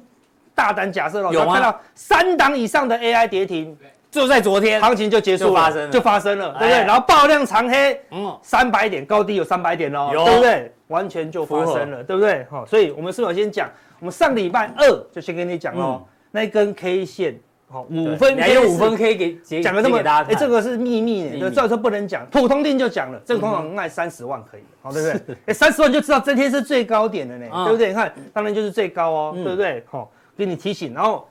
Speaker 4: 大胆假设了，
Speaker 2: 有啊
Speaker 4: 我
Speaker 2: 吗
Speaker 4: 们看到三档以上的 AI 跌停，
Speaker 2: 就在昨天，
Speaker 4: 行情就结束
Speaker 2: 就发生了
Speaker 4: 就发生了，对不
Speaker 2: 哎
Speaker 4: 对？然后爆量长黑，
Speaker 2: 嗯，
Speaker 4: 三百点高低有三百点喽，
Speaker 2: 有
Speaker 4: 对不对？完全就发生了，对不对？好、所以我们是不是有先讲？我们上礼拜二就先跟你讲喽，
Speaker 2: 嗯
Speaker 4: 那一根 K 线，好、五
Speaker 2: 对
Speaker 4: 分
Speaker 2: 你还有
Speaker 4: K
Speaker 2: 五分 K 给截
Speaker 4: 讲的这
Speaker 2: 截
Speaker 4: 么，
Speaker 2: 给大家
Speaker 4: 哎，
Speaker 2: 看，
Speaker 4: 这个是秘密
Speaker 2: 秘密
Speaker 4: 呢，对，照说不能讲，普通店就讲了，这个通常卖三十万可以，好，对不对？哎，三十万就知道这天是最高点的呢，
Speaker 2: 啊
Speaker 4: 对不对？你看，当然就是最高哦，
Speaker 2: 嗯
Speaker 4: 对不对？好，给你提醒，然后。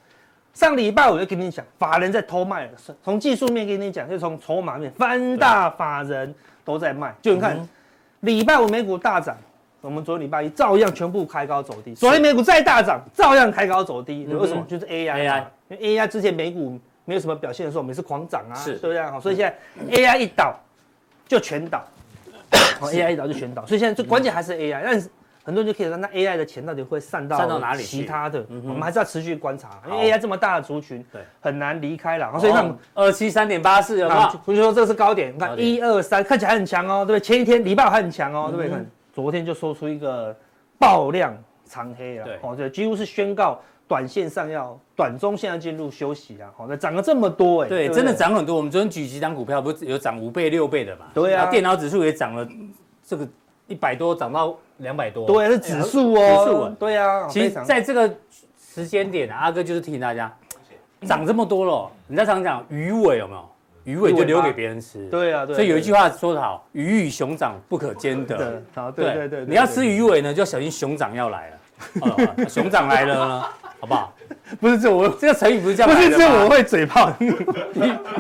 Speaker 4: 上礼拜我就跟你讲，法人在偷卖了。是从技术面跟你讲，就从筹码面，
Speaker 2: 啊
Speaker 4: 三大法人都在卖。
Speaker 2: 嗯
Speaker 4: 就你看，礼拜五美股大涨，我们昨天礼拜一照样全部开高走低。昨天美股再大涨，照样开高走低。
Speaker 2: 嗯哼
Speaker 4: 为什么？就是 AI 嘛
Speaker 2: AI
Speaker 4: 因为 AI 之前美股没有什么表现的时候，我们是狂涨啊，
Speaker 2: 是
Speaker 4: 对不对？好，所以现在 AI 一倒就全倒、好 a i 一倒就全倒，所以现在最关键还是 AI，、但是。很多人就可以说，那 AI 的钱到底会散到
Speaker 2: 散到哪里去
Speaker 4: 其他的，
Speaker 2: 嗯哼
Speaker 4: 我们还是要持续观察，因
Speaker 2: 好
Speaker 4: 为 AI 这么大的族群
Speaker 2: 对，哦
Speaker 4: 很难离开了。所以那我们
Speaker 2: 二七三点八四有没
Speaker 4: 啊，
Speaker 2: 有？
Speaker 4: 我就说这是高点，你看
Speaker 2: 高点
Speaker 4: 一二三，看起来很强哦，对不对？前一天礼拜五还很强哦，对不对？
Speaker 2: 嗯
Speaker 4: 看昨天就说出一个爆量长黑了
Speaker 2: 对，
Speaker 4: 哦，对，几乎是宣告短线上要短中线要进入休息啊，好，那涨了这么多哎，
Speaker 2: 对，
Speaker 4: 不
Speaker 2: 真的。涨很多。我们昨天举几档股票，不是有涨五倍、六倍的嘛？
Speaker 4: 对啊
Speaker 2: 然后电脑指数也涨了，这个一百多涨到两百多。
Speaker 4: 对，是啊指数
Speaker 2: 哎
Speaker 4: 哦，
Speaker 2: 指数啊
Speaker 4: 对啊，
Speaker 2: 其
Speaker 4: 非
Speaker 2: 实
Speaker 4: 常
Speaker 2: 在这个时间点啊，阿哥就是提醒大家，涨这么多了，人家常讲鱼尾有没有？鱼尾就留给别人吃。
Speaker 4: 对啊，对啊，
Speaker 2: 所以有一句
Speaker 4: 话，
Speaker 2: 话说得好，鱼与熊掌不可兼得
Speaker 4: 对。好，对对对，
Speaker 2: 你要吃鱼尾呢，就要小心熊掌要 来了。好不好熊掌来了呢，好不好？
Speaker 4: 不是这我，
Speaker 2: 这个 成语不是这样
Speaker 4: 不
Speaker 2: 来
Speaker 4: 是
Speaker 2: 的
Speaker 4: 这我
Speaker 2: 吗？
Speaker 4: 会嘴炮，
Speaker 2: 鱼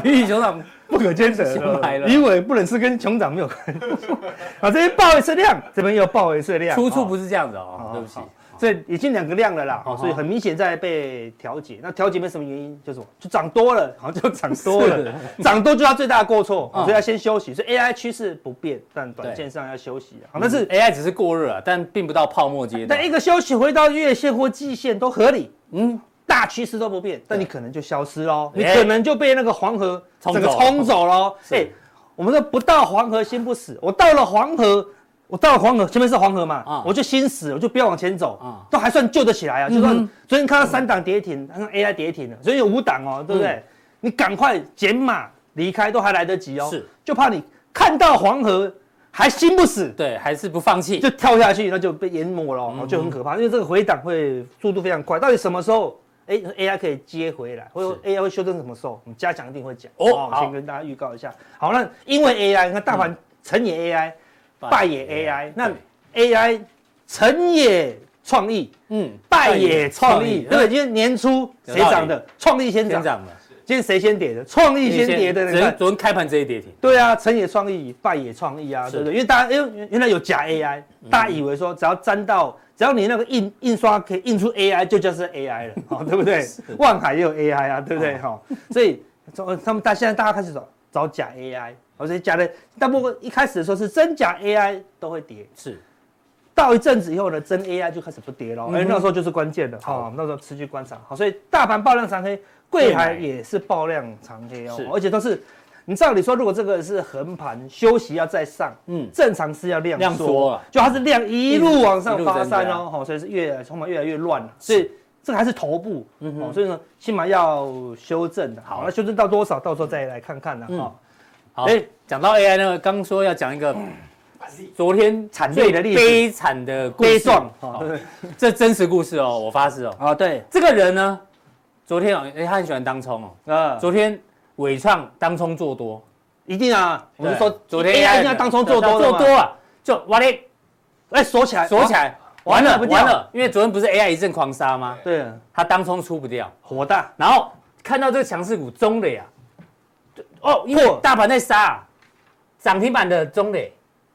Speaker 2: 与熊掌
Speaker 4: 不可兼 得
Speaker 2: 熊来了
Speaker 4: 鱼尾不能吃，跟熊掌没有关系。 啊，这边爆一次量，这边又爆一次量，
Speaker 2: 出处
Speaker 4: 哦
Speaker 2: 不是这样子
Speaker 4: 好
Speaker 2: 哦，
Speaker 4: 好
Speaker 2: 对不起
Speaker 4: 好。所以已经两个量了啦，
Speaker 2: 好
Speaker 4: 所以很明显在被调节。那调节没什么原因，就是什么就涨多了，好像就涨多了， 涨多就是它最大的过错，
Speaker 2: 嗯
Speaker 4: 所以要先休息。所以 AI 趋势不变，但短线上要休息啊。好，但
Speaker 2: 但是
Speaker 4: 是
Speaker 2: AI 哎只是过热啊，但并不到泡沫阶
Speaker 4: 但
Speaker 2: 段。
Speaker 4: 一个休息回到月线或季线都合理，
Speaker 2: 嗯，
Speaker 4: 大趋势都不变，但你可能就消失喽，你
Speaker 2: 哎
Speaker 4: 可能就被那个黄河
Speaker 2: 冲
Speaker 4: 整个
Speaker 2: 走
Speaker 4: 冲走喽。
Speaker 2: 是
Speaker 4: 哎，我们说不到黄河心不死，我到了黄河。我到了黄河，前面是黄河
Speaker 2: 啊
Speaker 4: 嘛，我就心死，我就不要往前走
Speaker 2: 啊，
Speaker 4: 都还算救得起来啊。就
Speaker 2: 嗯嗯
Speaker 4: 算昨天看到三档跌停，看到 AI 跌停了，昨天有五档哦，对不对？你赶快减码离开都还来得及哦。
Speaker 2: 是，
Speaker 4: 就怕你看到黄河还心不死，
Speaker 2: 对，还是不放弃
Speaker 4: 就。跳下去，那就被淹没了、
Speaker 2: 嗯
Speaker 4: 哦，就很可怕。因为这个回档会速度非常快，到底什么时候？哎，AI 可以接回来，或者
Speaker 2: 是
Speaker 4: AI 会修正什么时候？我们加强一定会讲
Speaker 2: 哦
Speaker 4: 哦。
Speaker 2: 好嗯
Speaker 4: 先跟大家预告一下。好，那因为 AI，你看大盘成也 AI，败也 AI，那 AI 成也创意，
Speaker 2: 嗯，
Speaker 4: 败也创意，对不对？因为年初
Speaker 2: 有
Speaker 4: 谁
Speaker 2: 道理
Speaker 4: 涨的？创意先
Speaker 2: 先
Speaker 4: 涨，
Speaker 2: 涨了，
Speaker 4: 今天谁先跌的？创意先跌的，你
Speaker 2: 昨
Speaker 4: 看
Speaker 2: 天昨天开盘直接跌停，
Speaker 4: 对啊，成也创意，败也创意啊，
Speaker 2: 是
Speaker 4: 对不对？因为大家因为原来有假 AI，大家以为说只要沾到，只要你那个印印刷可以印出 AI，就叫是 AI 了，哦，对不对？万海也有 AI 啊，对不对？哈、所以从他们大现在大家开始找找假 AI，而且假的，但不过一开始的时候是真假 AI 都会跌，
Speaker 2: 是
Speaker 4: 到一阵子以后呢，真 AI 就开始不跌了，哎、
Speaker 2: 嗯哼
Speaker 4: 那时候就是关键的，
Speaker 2: 好
Speaker 4: 好、我们到时候持续观察，好，所以大盘爆量长黑，贵
Speaker 2: 贵买
Speaker 4: 台也是爆量长黑哦
Speaker 2: 是，
Speaker 4: 而且都是，你照理说，如果这个是横盘休息要再上，
Speaker 2: 嗯
Speaker 4: 嗯，正常是要量
Speaker 2: 量缩
Speaker 4: 缩
Speaker 2: 了，
Speaker 4: 就它是量一路往上发
Speaker 2: 一路增
Speaker 4: 散
Speaker 2: 加
Speaker 4: 哦，好、所以是越筹码越来越乱了，所以这个还是头部，嗯、哦，所以呢，起码要修正的，好，那修正到多少，到时候再来看看了、哈、
Speaker 2: 嗯好
Speaker 4: 哎，
Speaker 2: 讲到 AI 呢，刚说要讲一个昨天
Speaker 4: 嗯惨烈的例子
Speaker 2: 最悲惨的故事
Speaker 4: 悲壮，
Speaker 2: 好
Speaker 4: 哦，
Speaker 2: 这真实故事哦，我发誓哦。
Speaker 4: 啊，对，
Speaker 2: 这个人呢，昨天哦，哎，他很喜欢当冲哦。
Speaker 4: 啊、
Speaker 2: 昨天伟创当冲做多，
Speaker 4: 一定啊，我们说
Speaker 2: 对昨天
Speaker 4: AI 一定要当冲做多的
Speaker 2: 做
Speaker 4: 嘛
Speaker 2: 多，啊，就完了
Speaker 4: 哎，锁起来，
Speaker 2: 锁起来，完了
Speaker 4: 哦不掉
Speaker 2: 完了，因为昨天不是 AI 一阵狂杀吗？
Speaker 4: 对，
Speaker 2: 它当冲出不掉，
Speaker 4: 火大，
Speaker 2: 然后看到这个强势股中磊啊，哦，因为
Speaker 4: 破
Speaker 2: 大盘在杀、啊，涨停板的中磊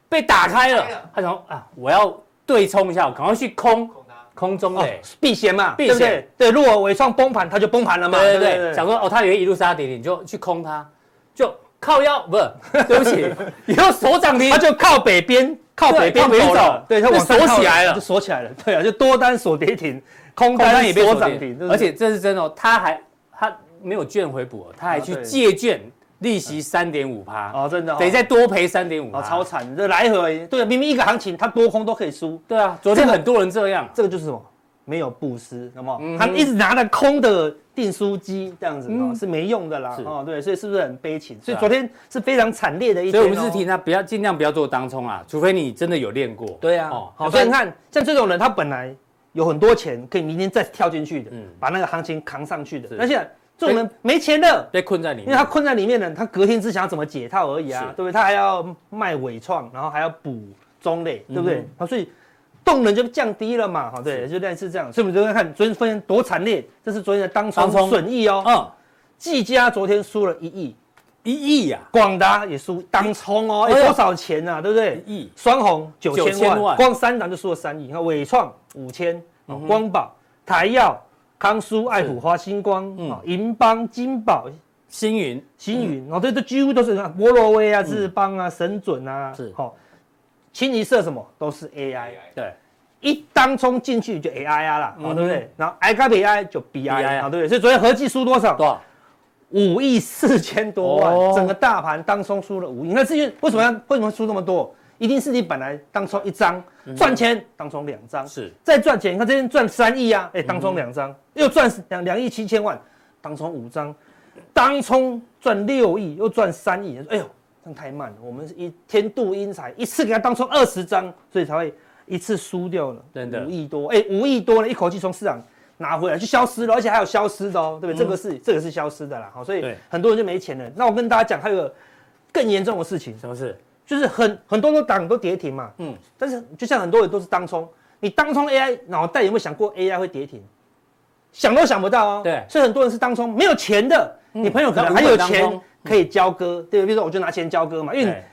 Speaker 2: 被打开了，他想说啊，我要对冲一下，我赶快去空
Speaker 5: 恐他
Speaker 2: 空中磊。
Speaker 4: 哦避险嘛，
Speaker 2: 避
Speaker 4: 对不对
Speaker 2: 险？
Speaker 4: 对，如果尾创崩盘，它就崩盘了嘛，
Speaker 2: 对
Speaker 4: 对不
Speaker 2: 对对，
Speaker 4: 对？
Speaker 2: 想说哦，它也会一路杀跌停，你就去空它，就靠腰不是， 对不起，以后手涨停
Speaker 4: 它就靠北边，靠北边
Speaker 2: 对靠北
Speaker 4: 走
Speaker 2: 走
Speaker 4: 了，对，它
Speaker 2: 就
Speaker 4: 往上
Speaker 2: 锁
Speaker 4: 靠
Speaker 2: 起来了
Speaker 4: 就锁起来了， 对啊，就多单锁跌停，空
Speaker 2: 空单
Speaker 4: 单
Speaker 2: 也被
Speaker 4: 锁
Speaker 2: 锁
Speaker 4: 涨
Speaker 2: 涨
Speaker 4: 停
Speaker 2: 停，，
Speaker 4: 对不对
Speaker 2: 而且这是真的哦，他还他没有券回补哦，他还去
Speaker 4: 啊对
Speaker 2: 借券，利息三点五趴，
Speaker 4: 哦，真的哦
Speaker 2: 等于再多赔三点五
Speaker 4: 啊
Speaker 2: 趴，
Speaker 4: 超惨，这来回而已，对，啊明明一个行情，它多空都可以输，
Speaker 2: 对啊，昨天
Speaker 4: 这个
Speaker 2: 很多人这样，
Speaker 4: 这个就是什么？没有布施，那么
Speaker 2: 嗯哼嗯
Speaker 4: 他一直拿着空的订书机这样子哦，是没用的啦
Speaker 2: 是，
Speaker 4: 哦，对，所以是不是很悲情？所
Speaker 2: 对
Speaker 4: 以
Speaker 2: 啊
Speaker 4: 昨天是非常惨烈的一
Speaker 2: 所
Speaker 4: 天
Speaker 2: 以
Speaker 4: 哦，
Speaker 2: 我们是提他不要尽量不要做当冲啊，除非你真的有练过，
Speaker 4: 对啊，
Speaker 2: 哦
Speaker 4: 好，所以你，看，像这种人，他本来有很多钱，可以明天再跳进去的，
Speaker 2: 嗯
Speaker 4: 把那个行情扛上去的
Speaker 2: 是。哎嗯
Speaker 4: 而且这种人没钱了，
Speaker 2: 被困在里
Speaker 4: 因为他
Speaker 2: 面，
Speaker 4: 困在里面了，他隔天只想要怎么解套而已啊
Speaker 2: 是，
Speaker 4: 对不对？他还要卖伪创，然后还要补中类，对不对
Speaker 2: 嗯？
Speaker 4: 好，所以动能就降低了嘛，哈，对，就类似这样。所以我们昨天看，昨天分析多惨烈，这是昨天的当
Speaker 2: 当冲
Speaker 4: 冲损益哦。
Speaker 2: 嗯，
Speaker 4: 技嘉昨天输了一亿，
Speaker 2: 一亿啊呀，
Speaker 4: 广达也输当冲哦，哎
Speaker 2: 哎呦
Speaker 4: 多少钱呐、啊？对不对？
Speaker 2: 一亿
Speaker 4: 双红九千
Speaker 2: 9000
Speaker 4: 万，
Speaker 2: 万
Speaker 4: 光三档就输了三亿。你看伟创五千、哦，光宝、台药、康舒、爱普、华星光、
Speaker 2: 嗯
Speaker 4: 哦银邦、金宝、
Speaker 2: 星云
Speaker 4: 星云，然后这这几乎都是波罗威啊、智邦啊、神准啊，
Speaker 2: 是
Speaker 4: 好、哦，清一色什么都是 AI，
Speaker 2: 对，
Speaker 4: 一当冲进去就 AI 啊啦，
Speaker 2: 嗯
Speaker 4: 哦对不对？然后 I 加 BI 就 BI 啊、
Speaker 2: BI
Speaker 4: 对不对？所以昨天合计输多少？
Speaker 2: 多少？
Speaker 4: 五亿四千多万，
Speaker 2: 哦
Speaker 4: 整个大盘当冲输了五亿。那至于为什么要为什么输那么多？一定是你本来当冲一张赚钱，当冲两张
Speaker 2: 是
Speaker 4: 再赚钱。你看这边赚三亿
Speaker 2: 嗯
Speaker 4: 啊，哎、当冲两张、又赚两两亿七千万，当冲五张，当冲赚六亿又赚三亿。哎呦，这样太慢了，我们是一天妒英才，一次给他当冲二十张，所以才会一次输掉了，
Speaker 2: 真的
Speaker 4: 五亿多，哎、五亿多呢，一口气从市场。拿回来就消失了，而且还有消失的哦，对不对？这个是这个是消失的啦，好，所以
Speaker 2: 嗯对
Speaker 4: 很多人就没钱了。那我跟大家讲，还有个更严重的事情，
Speaker 2: 什么事？
Speaker 4: 就是很很多都档都跌停嘛，
Speaker 2: 嗯
Speaker 4: 嗯，但是就像很多人都是当冲，你当冲 AI 脑袋有没有想过 AI 会跌停？想都想不到哦。
Speaker 2: 对嗯
Speaker 4: 所以很多人是当冲没有钱的，你朋友可能还
Speaker 2: 那五
Speaker 4: 有
Speaker 2: 本当
Speaker 4: 钱
Speaker 2: 冲
Speaker 4: 可以交割，对，比如说我就拿钱交割嘛，因为
Speaker 2: 对嗯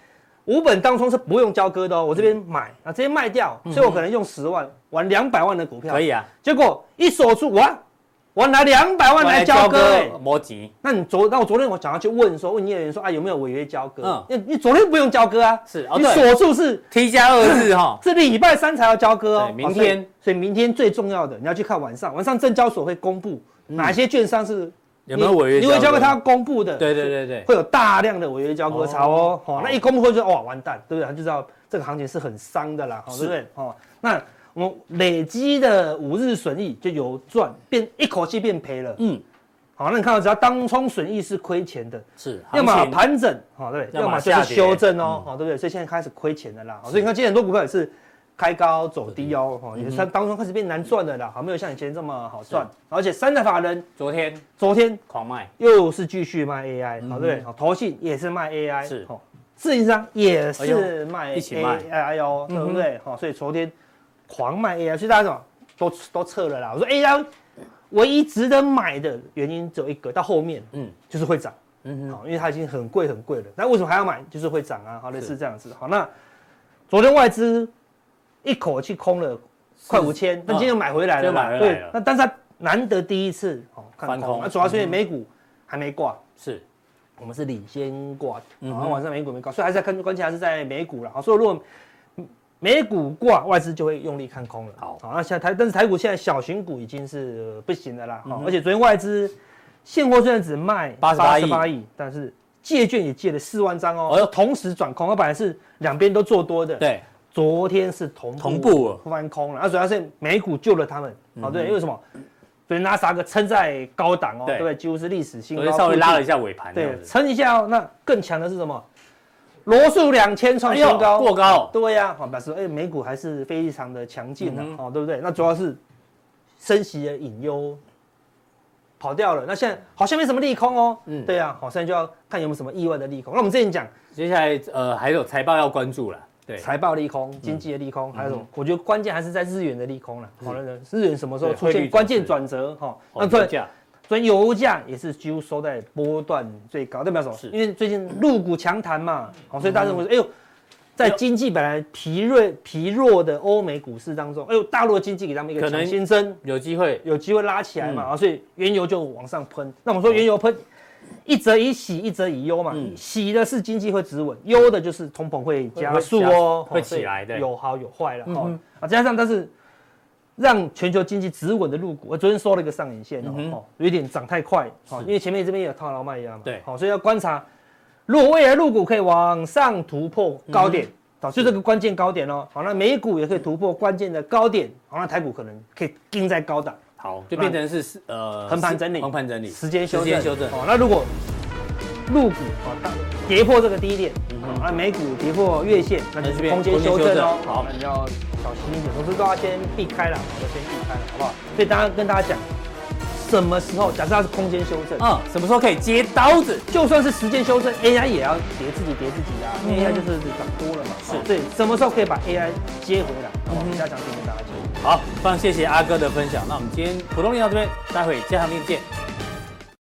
Speaker 4: 五本当冲是不用交割的哦，我这边买啊直接卖掉，所以我可能用十万玩两百万的股票，
Speaker 2: 可以啊，
Speaker 4: 结果一锁住哇，我拿两百万来交割、哎
Speaker 2: 摩吉
Speaker 4: 那你昨那我昨天我想要去问说问业员说啊有没有违约交割？
Speaker 2: 嗯
Speaker 4: 嗯，你你昨天不用交割啊，
Speaker 2: 是哦
Speaker 4: 你
Speaker 2: 对
Speaker 4: 锁住是
Speaker 2: T 加二 字哈，
Speaker 4: 是礼拜三才要交割哦
Speaker 2: 对，明
Speaker 4: 哦所以
Speaker 2: 天
Speaker 4: 所以明天最重要的你要去看晚上，晚上证交所会公布哪些券商是
Speaker 2: 嗯有没有违约
Speaker 4: 你违约
Speaker 2: 交
Speaker 4: 交
Speaker 2: 割
Speaker 4: 割它要公布的，
Speaker 2: 对对对对，
Speaker 4: 会有大量的违约交割潮哦。
Speaker 2: 哦
Speaker 4: 哦，那一公布会就哇完蛋，对不对？他就知道这个行情是很伤的啦，哦，对不对？哦，那我们累积的五日损益就由赚变一口气变赔了。
Speaker 2: 嗯，
Speaker 4: 好，那你看到只要当冲损益是亏钱的，
Speaker 2: 是，
Speaker 4: 要么
Speaker 2: 行情
Speaker 4: 盘整，好、对不对，
Speaker 2: 要
Speaker 4: 要
Speaker 2: 么
Speaker 4: 么就
Speaker 2: 下跌
Speaker 4: 是
Speaker 2: 嗯
Speaker 4: 修正哦，好、对不对？所以现在开始亏钱的啦，好所以你看今天很多股票也是开高走低哦，哈、
Speaker 2: 嗯
Speaker 4: 也是当中开始变难赚的啦，好，没有像以前这么好赚，而且三大法人
Speaker 2: 昨天
Speaker 4: 昨天
Speaker 2: 狂卖，
Speaker 4: 又是继续卖 AI，好、对不对？好，投信也是卖 AI，
Speaker 2: 嗯是
Speaker 4: 好、自营商也
Speaker 2: 哎呦
Speaker 4: 是卖
Speaker 2: 一起卖嗯
Speaker 4: AI 哦，对不对？好、所以昨天狂卖 AI，所以大家怎么都都撤了啦。我说 AI 唯一值得买的原因只有一个，到后面
Speaker 2: 嗯
Speaker 4: 就是会涨。
Speaker 2: 嗯哼。
Speaker 4: 好，因为它已经很贵很贵了，那为什么还要买？就是会涨啊，好，类似这样子。好，那昨天外资一口气空了快五千，那今天又买回来了
Speaker 2: 就
Speaker 4: 啦，
Speaker 2: 啊买回来
Speaker 4: 对
Speaker 2: 了，
Speaker 4: 那但是它难得第一次哦
Speaker 2: 翻
Speaker 4: 看
Speaker 2: 空
Speaker 4: 空，那主要是因为美股还没挂，
Speaker 2: 是
Speaker 4: 我们是领先挂，
Speaker 2: 嗯
Speaker 4: 然
Speaker 2: 哼
Speaker 4: 后晚上美股没挂，所以还是在看关键还是在美股了。好，所以如果美股挂，外资就会用力看空了。
Speaker 2: 好
Speaker 4: 那现在台，但是台股现在小型股已经是呃不行的啦。好而且昨天外资现货虽然只卖
Speaker 2: 88亿
Speaker 4: 八亿，但是借券也借了四万张哦，
Speaker 2: 哎呦
Speaker 4: 同时转空，它本来是两边都做多的，
Speaker 2: 对，哦
Speaker 4: 昨天是同步
Speaker 2: 同步了
Speaker 4: 翻空了，那、啊主要是美股救了他们，
Speaker 2: 嗯
Speaker 4: 哦对，因为什么？所以纳斯达克撑在高档哦，
Speaker 2: 对
Speaker 4: 对不对？几乎是历史新
Speaker 2: 昨
Speaker 4: 高，
Speaker 2: 天稍微拉
Speaker 4: 附
Speaker 2: 了
Speaker 4: 近
Speaker 2: 一下尾盘，
Speaker 4: 对，撑一下哦。那更强的是什么？罗素两千创
Speaker 2: 哎
Speaker 4: 新
Speaker 2: 呦
Speaker 4: 高，
Speaker 2: 过高，
Speaker 4: 对呀、好表示哎，美股还是非常的强劲的、啊
Speaker 2: 嗯
Speaker 4: 哦，对不对？那主要是升息的隐忧跑掉了。那现在好像没什么利空哦，嗯，对啊，好，现在就要看有没有什么意外的利空。那我们之前讲
Speaker 2: 接下来呃还有财报要关注了，对，
Speaker 4: 财报利空、经济的利
Speaker 2: 嗯
Speaker 4: 空，还有什么？我觉得关键还是在日元的利空了。好了，日元什么时候
Speaker 2: 对
Speaker 4: 出
Speaker 2: 汇率
Speaker 4: 现
Speaker 2: 走
Speaker 4: 关键
Speaker 2: 势
Speaker 4: 转折？哈，
Speaker 2: 哦
Speaker 4: 那突然
Speaker 2: 油价
Speaker 4: 所以油价也是几乎收在波段最高，代表什么
Speaker 2: 是？嗯
Speaker 4: 因为最近入股强弹嘛，好，所以大家认为说，哎呦，在经济本来疲弱疲弱的欧美股市当中，哎呦，大陆的经济给他们一个
Speaker 2: 可能
Speaker 4: 强心针，
Speaker 2: 有机会
Speaker 4: 有机会拉起来嘛，
Speaker 2: 嗯
Speaker 4: 啊，所以原油就往上喷。那我们说原油喷，一则以喜，一则以忧嘛，
Speaker 2: 嗯
Speaker 4: 喜的是经济会止稳，忧的就是通膨会加速哦，
Speaker 2: 会会
Speaker 4: 哦所以
Speaker 2: 起来对嗯
Speaker 4: 有好有坏了哦。啊，加上但是让全球经济止稳的入股，我昨天说了一个上影线哦，
Speaker 2: 嗯
Speaker 4: 哦有点涨太快，哦，因为前面这边也有套牢卖压嘛，
Speaker 2: 对
Speaker 4: 好，所以要观察，如果未来入股可以往上突
Speaker 2: 嗯
Speaker 4: 破高点。好，就这个关键高点哦。好，那美股也可以突破关键的高点，好，那台股可能可以盯在高档。
Speaker 2: 好，就变成是呃
Speaker 4: 横盘整理
Speaker 2: 横盘整理，
Speaker 4: 时间修
Speaker 2: 时
Speaker 4: 正，
Speaker 2: 间修正
Speaker 4: 哦，那如果入股哦，大跌破这个低点，哦那美股跌破月线，那
Speaker 2: 嗯那
Speaker 4: 就
Speaker 2: 这
Speaker 4: 是
Speaker 2: 边
Speaker 4: 空间修
Speaker 2: 空间修
Speaker 4: 正
Speaker 2: 正
Speaker 4: 哦。
Speaker 2: 好
Speaker 4: 那你要小心一点，投资都要先避开了，我先避开了，好不好？所以大家跟大家讲，什么时候假设它是空间修正，
Speaker 2: 嗯，什么时候可以接刀子？
Speaker 4: 就算是时间修正，AI 也要叠自己叠自己的、啊，
Speaker 2: 嗯
Speaker 4: 因为 AI 就是涨多了嘛。是，对，什么时候可以把 AI 接回来？好不
Speaker 2: 嗯
Speaker 4: 好？下讲就跟大家讲。
Speaker 2: 好，非常谢谢阿哥的分享。那我们今天普通力到这边，待会加强练见，拜拜。